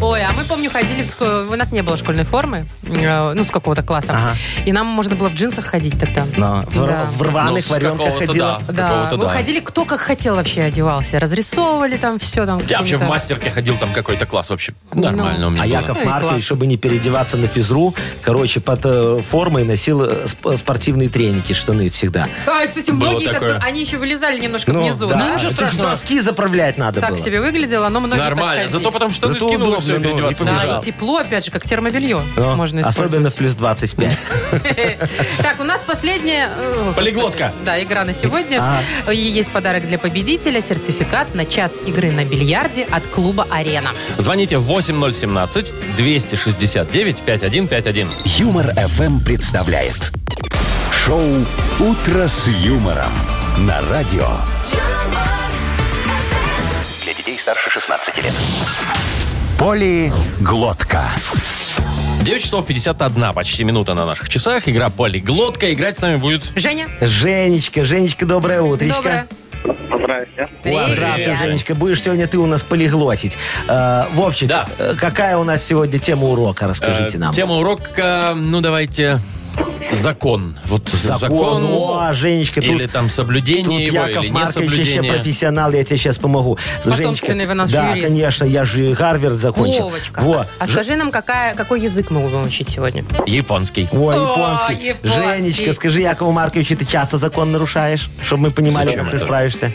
Speaker 3: Ой, а мы, помню, ходили в ско- У нас не было школьной формы, э, ну, с какого-то класса.
Speaker 4: Ага.
Speaker 3: И нам можно было в джинсах ходить тогда.
Speaker 4: Но в,
Speaker 3: Да.
Speaker 4: в рваных
Speaker 2: Ну, с
Speaker 4: варенках
Speaker 2: какого-то
Speaker 4: ходила.
Speaker 2: да. С
Speaker 3: Да,
Speaker 2: какого-то
Speaker 3: мы ходили, кто как хотел вообще одевался. Разрисовывали там все. Там
Speaker 2: Я вообще в
Speaker 3: какими-то-
Speaker 2: мастерке ходил, там какой-то класс вообще. Нормально у меня
Speaker 4: А
Speaker 2: было.
Speaker 4: Яков
Speaker 3: Ну и класс.
Speaker 4: Маркович, чтобы не переодеваться на физру, короче, под э, формой носил э, сп- спортивные треники, штаны всегда.
Speaker 3: А, кстати,
Speaker 2: Было
Speaker 3: многие так,
Speaker 2: такое.
Speaker 3: бы- они еще вылезали немножко внизу.
Speaker 4: да.
Speaker 3: Ну,
Speaker 2: ничего
Speaker 4: Так
Speaker 2: страшного.
Speaker 4: Носки заправлять надо
Speaker 3: Так
Speaker 4: было.
Speaker 3: себе выглядело, но многие
Speaker 2: Нормально.
Speaker 3: так ходили.
Speaker 2: Зато потом типа штаны
Speaker 4: Зато
Speaker 2: скинул, и
Speaker 4: удобно,
Speaker 2: все,
Speaker 4: ну, и
Speaker 2: переодеваться.
Speaker 4: побежал.
Speaker 3: Да,
Speaker 2: Да,
Speaker 3: и тепло, опять же, как термобелье
Speaker 4: Но
Speaker 3: можно использовать.
Speaker 4: Ну, особенно в плюс 25.
Speaker 3: Так, у нас последняя... э, господи.
Speaker 2: Полиглотка.
Speaker 3: Да, игра на сегодня.
Speaker 4: А.
Speaker 3: И Есть подарок для победителя, сертификат на час игры на бильярде от клуба «Арена».
Speaker 2: Звоните 8017-269-5151.
Speaker 1: Юмор FM представляет шоу Утро с юмором на радио.
Speaker 7: Для детей старше 16 лет.
Speaker 1: Полиглотка.
Speaker 2: 9 часов 51, почти минута на наших часах. Игра «Полиглотка». Играть с нами будет...
Speaker 3: Женя,
Speaker 4: Женечка, Женечка, доброе утречко.
Speaker 3: доброе.
Speaker 9: Здрасте.
Speaker 4: О, здравствуй,
Speaker 3: Привет.
Speaker 4: Женечка. Будешь сегодня ты у нас полиглотить. Э, Вовчик,
Speaker 2: Да.
Speaker 4: э, какая у нас сегодня тема урока? Расскажите
Speaker 2: э,
Speaker 4: нам.
Speaker 2: Тема урока, ну давайте... Закон. Вот закон.
Speaker 4: О, Женечка, тут,
Speaker 2: или там
Speaker 4: тут
Speaker 2: соблюдение его,
Speaker 4: Яков
Speaker 2: или не
Speaker 4: Маркович еще
Speaker 2: соблюдение.
Speaker 4: профессионал, я тебе сейчас помогу.
Speaker 3: Потомственный вы наш
Speaker 4: да,
Speaker 3: юрист.
Speaker 4: конечно, я же Гарвард закончил.
Speaker 3: Вовочка,
Speaker 4: Во,
Speaker 3: а
Speaker 4: Ж-
Speaker 3: скажи нам, какая, какой язык мы будем учить сегодня?
Speaker 2: Японский.
Speaker 4: О,
Speaker 3: О,
Speaker 4: японский.
Speaker 3: японский.
Speaker 4: Женечка, скажи Якову Марковичу, ты часто закон нарушаешь, чтобы мы понимали,
Speaker 2: Зачем
Speaker 4: как ты
Speaker 2: это?
Speaker 4: справишься.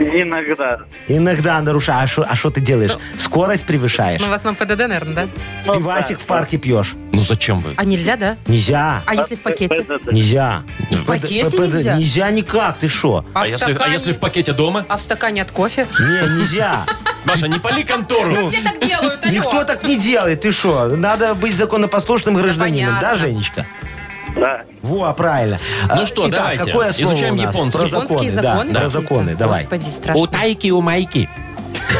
Speaker 11: Иногда.
Speaker 4: Иногда нарушаешь. А что ты делаешь?
Speaker 3: Ну,
Speaker 4: Скорость превышаешь.
Speaker 3: Мы в основном ПДД, наверное, ну, да?
Speaker 4: Пивасик в парке пьешь.
Speaker 2: Ну зачем вы?
Speaker 3: А нельзя, да?
Speaker 4: Нельзя.
Speaker 3: А если в пакете?
Speaker 4: Нельзя.
Speaker 3: И в пакете
Speaker 4: П- п- п-
Speaker 3: нельзя?
Speaker 4: Ну, Нельзя никак, ты что?
Speaker 2: А
Speaker 3: А, в
Speaker 2: если, а
Speaker 3: стакане?
Speaker 2: если в пакете дома?
Speaker 3: А в стакане от кофе?
Speaker 4: Не, нельзя.
Speaker 2: Маша, не пали
Speaker 3: Ну,
Speaker 2: контору.
Speaker 3: все так делают, алло.
Speaker 4: Никто так не делает, ты что? Надо быть законопослушным гражданином, да,
Speaker 3: понятно.
Speaker 4: Женечка?
Speaker 11: Да.
Speaker 4: Во, правильно.
Speaker 2: Ну
Speaker 4: А,
Speaker 2: что,
Speaker 4: Итак,
Speaker 2: давайте.
Speaker 4: какое слово
Speaker 2: Изучаем
Speaker 4: у нас?
Speaker 2: японский.
Speaker 4: Про законы,
Speaker 3: Японские
Speaker 4: да,
Speaker 3: законы?
Speaker 4: про
Speaker 3: какие-то.
Speaker 4: законы, давай.
Speaker 3: Господи, страшно. А
Speaker 2: тайки, у майки.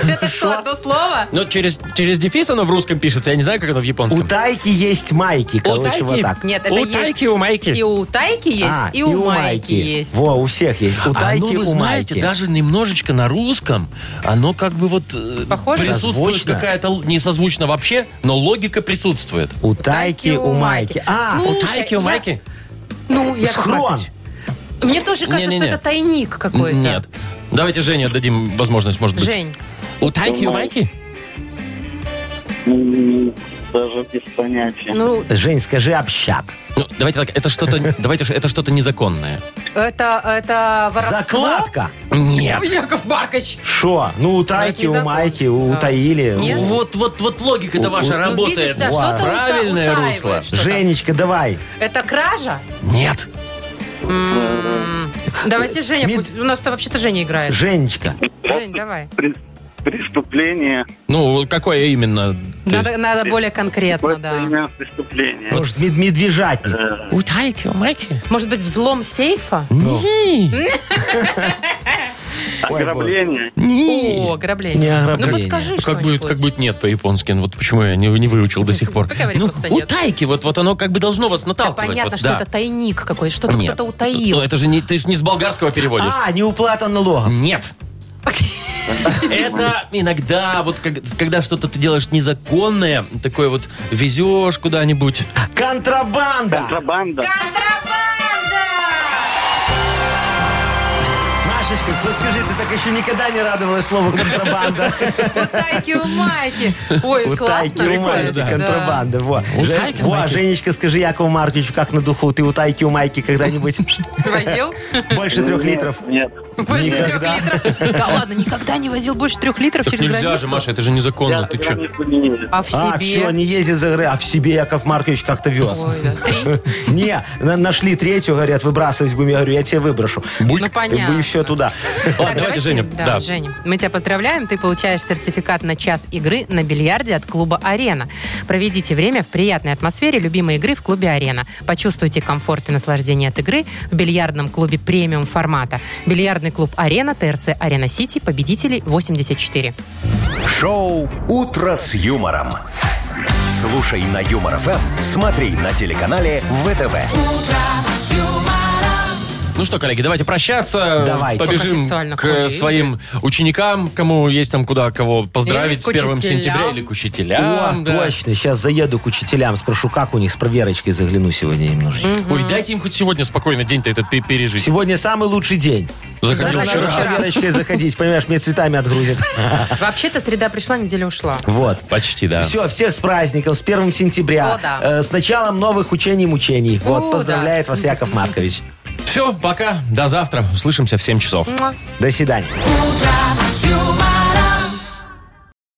Speaker 3: Это что, одно слово?
Speaker 2: Ну, через, через дефис оно в русском пишется, я не знаю, как оно в
Speaker 4: У
Speaker 2: японском.
Speaker 4: тайки есть майки, короче,
Speaker 2: тайки?
Speaker 4: вот так.
Speaker 3: Нет, это
Speaker 2: У
Speaker 3: есть.
Speaker 2: тайки, у майки.
Speaker 3: И у тайки есть,
Speaker 4: А,
Speaker 3: и у майки есть.
Speaker 4: Во, у всех есть. У
Speaker 2: А
Speaker 4: тайки,
Speaker 2: ну, вы
Speaker 4: у
Speaker 2: знаете,
Speaker 4: майки.
Speaker 2: даже немножечко на русском, оно как бы вот э,
Speaker 3: Похоже?
Speaker 2: присутствует
Speaker 4: Созвучно.
Speaker 2: какая-то, л- не созвучно вообще, но логика присутствует.
Speaker 4: У тайки, у майки. А,
Speaker 3: Слушай,
Speaker 2: Тайки, у
Speaker 3: за-
Speaker 2: майки?
Speaker 3: Ну, я
Speaker 4: схрон.
Speaker 3: Мне тоже кажется,
Speaker 2: Не-не-не.
Speaker 3: что это тайник какой-то.
Speaker 2: Нет. Давайте Жене отдадим возможность, может быть.
Speaker 3: Жень,
Speaker 2: У тайки, у майки?
Speaker 11: М, Даже без понятия.
Speaker 3: ну,
Speaker 4: Жень, скажи общак.
Speaker 2: Ну, давайте так, это что-то, давайте, ж- это что-то незаконное.
Speaker 3: это, это воровство?
Speaker 4: Закладка.
Speaker 2: Нет.
Speaker 3: Яков Маркович.
Speaker 4: Шо? Ну, у тайки, у
Speaker 3: закон.
Speaker 4: майки, у-
Speaker 3: Да.
Speaker 4: утаили.
Speaker 3: Нет?
Speaker 4: У-
Speaker 2: Вот, вот, вот логика-то ваша
Speaker 3: Ну, видишь,
Speaker 2: работает.
Speaker 3: да, что-то ута-
Speaker 2: Правильное
Speaker 3: утаивает
Speaker 2: русло.
Speaker 3: что-то.
Speaker 4: Женечка, давай.
Speaker 3: Это кража?
Speaker 2: Нет.
Speaker 3: М, Давайте Женя,
Speaker 4: Мед-
Speaker 3: пусть- у нас-то вообще-то Женя играет.
Speaker 4: Женечка.
Speaker 3: Жень, давай.
Speaker 11: При- Преступление.
Speaker 2: Ну, какое именно? То есть-
Speaker 3: Надо, надо более конкретно,
Speaker 11: Какое-то
Speaker 3: Ну да.
Speaker 11: имя преступления.
Speaker 4: Может, мед- медвежатник.
Speaker 11: Э,
Speaker 2: У тайки, у майки?
Speaker 3: Может быть, взлом сейфа?
Speaker 2: Не.
Speaker 11: Ограбление.
Speaker 2: Не.
Speaker 3: О,
Speaker 4: Не
Speaker 3: ограбление.
Speaker 4: ограбление.
Speaker 3: Ну, подскажи
Speaker 2: Как будет,
Speaker 3: что-нибудь.
Speaker 2: как будет нет по-японски? Ну, Вот почему я не, не выучил до сих пор.
Speaker 3: Поговорить
Speaker 2: Ну,
Speaker 3: просто
Speaker 2: у
Speaker 3: нет.
Speaker 2: тайки, вот, вот оно как бы должно вас
Speaker 3: Да,
Speaker 2: наталкивать.
Speaker 3: понятно,
Speaker 2: вот,
Speaker 3: что
Speaker 2: да.
Speaker 3: это тайник какой-то, что-то
Speaker 2: Нет.
Speaker 3: кто-то утаил.
Speaker 2: Ну, это же не, ты же не с болгарского переводишь.
Speaker 4: А, неуплата налогов.
Speaker 2: Нет. Это иногда, вот как- когда что-то ты делаешь незаконное, такое вот везешь куда-нибудь.
Speaker 4: А Контрабанда.
Speaker 11: Контрабанда.
Speaker 4: Машечка, вот скажи, ты так еще никогда не радовалась слову контрабанда.
Speaker 3: У тайки, у майки. Ой,
Speaker 4: У
Speaker 3: классно.
Speaker 4: тайки, у майки,
Speaker 3: кстати, да.
Speaker 4: контрабанда. Во,
Speaker 2: У
Speaker 4: Жен-
Speaker 2: тайки,
Speaker 4: Во,
Speaker 2: майки.
Speaker 4: Женечка, скажи Якову Марковичу, как на духу, ты у тайки, у майки когда-нибудь
Speaker 3: Ты возил?
Speaker 4: больше трех литров?
Speaker 11: Нет.
Speaker 3: Больше трех
Speaker 4: Никогда.
Speaker 3: литров. Да ладно, никогда не возил больше трех литров
Speaker 2: Так
Speaker 3: через
Speaker 2: нельзя же,
Speaker 3: границу.
Speaker 2: Маша, это же незаконно.
Speaker 11: Я
Speaker 2: ты что?
Speaker 11: границу не ездил.
Speaker 3: А в
Speaker 4: А, все,
Speaker 3: себе?
Speaker 4: не ездит за горы, а в себе Яков Маркович как-то вез.
Speaker 3: Ой, да. Три?
Speaker 4: Не, на- нашли третью, говорят, выбрасывать будем. Я говорю, я тебе выброшу.
Speaker 3: Ну,
Speaker 4: И
Speaker 3: понятно.
Speaker 4: все туда.
Speaker 2: Ладно,
Speaker 3: Так,
Speaker 2: давайте, Женя.
Speaker 3: Да,
Speaker 2: Да.
Speaker 3: Женя, мы тебя поздравляем. Ты получаешь сертификат на час игры на бильярде от клуба «Арена». Проведите время в приятной атмосфере любимой игры в клубе «Арена». Почувствуйте комфорт и наслаждение от игры в бильярдном клубе премиум формата. Бильярдный клуб «Арена», ТРЦ «Арена Сити», победителей 84.
Speaker 1: Шоу «Утро с юмором». Слушай на Юмор ФМ, смотри на телеканале ВТВ.
Speaker 2: Ну что, коллеги, давайте прощаться.
Speaker 4: Давайте.
Speaker 3: Только
Speaker 2: Побежим
Speaker 3: официально
Speaker 2: к
Speaker 3: хвалили.
Speaker 2: своим ученикам, кому есть там куда кого поздравить
Speaker 3: Или
Speaker 2: с
Speaker 3: к
Speaker 2: 1
Speaker 3: учителям.
Speaker 2: сентября или к
Speaker 4: О,
Speaker 2: учителям. Эм, да.
Speaker 4: точно. Сейчас заеду к учителям, спрошу, как у них с проверочкой загляну сегодня немножечко.
Speaker 2: Ой, дайте им хоть сегодня спокойно день-то этот пе- пережить.
Speaker 4: Сегодня самый лучший день.
Speaker 2: Заходил
Speaker 4: Надо
Speaker 2: вчера.
Speaker 4: с проверочкой заходить, понимаешь, мне цветами отгрузят.
Speaker 3: Вообще-то среда пришла, неделя ушла.
Speaker 4: Вот.
Speaker 2: Почти, да.
Speaker 4: Все, всех с праздником, с 1 сентября.
Speaker 3: О, да.
Speaker 4: Э, с началом новых учений-мучений.
Speaker 3: У,
Speaker 4: Вот, поздравляет
Speaker 3: да.
Speaker 4: вас Яков Маркович.
Speaker 2: Все, пока. До завтра. Услышимся в 7 часов.
Speaker 4: До свидания.
Speaker 12: Юмор.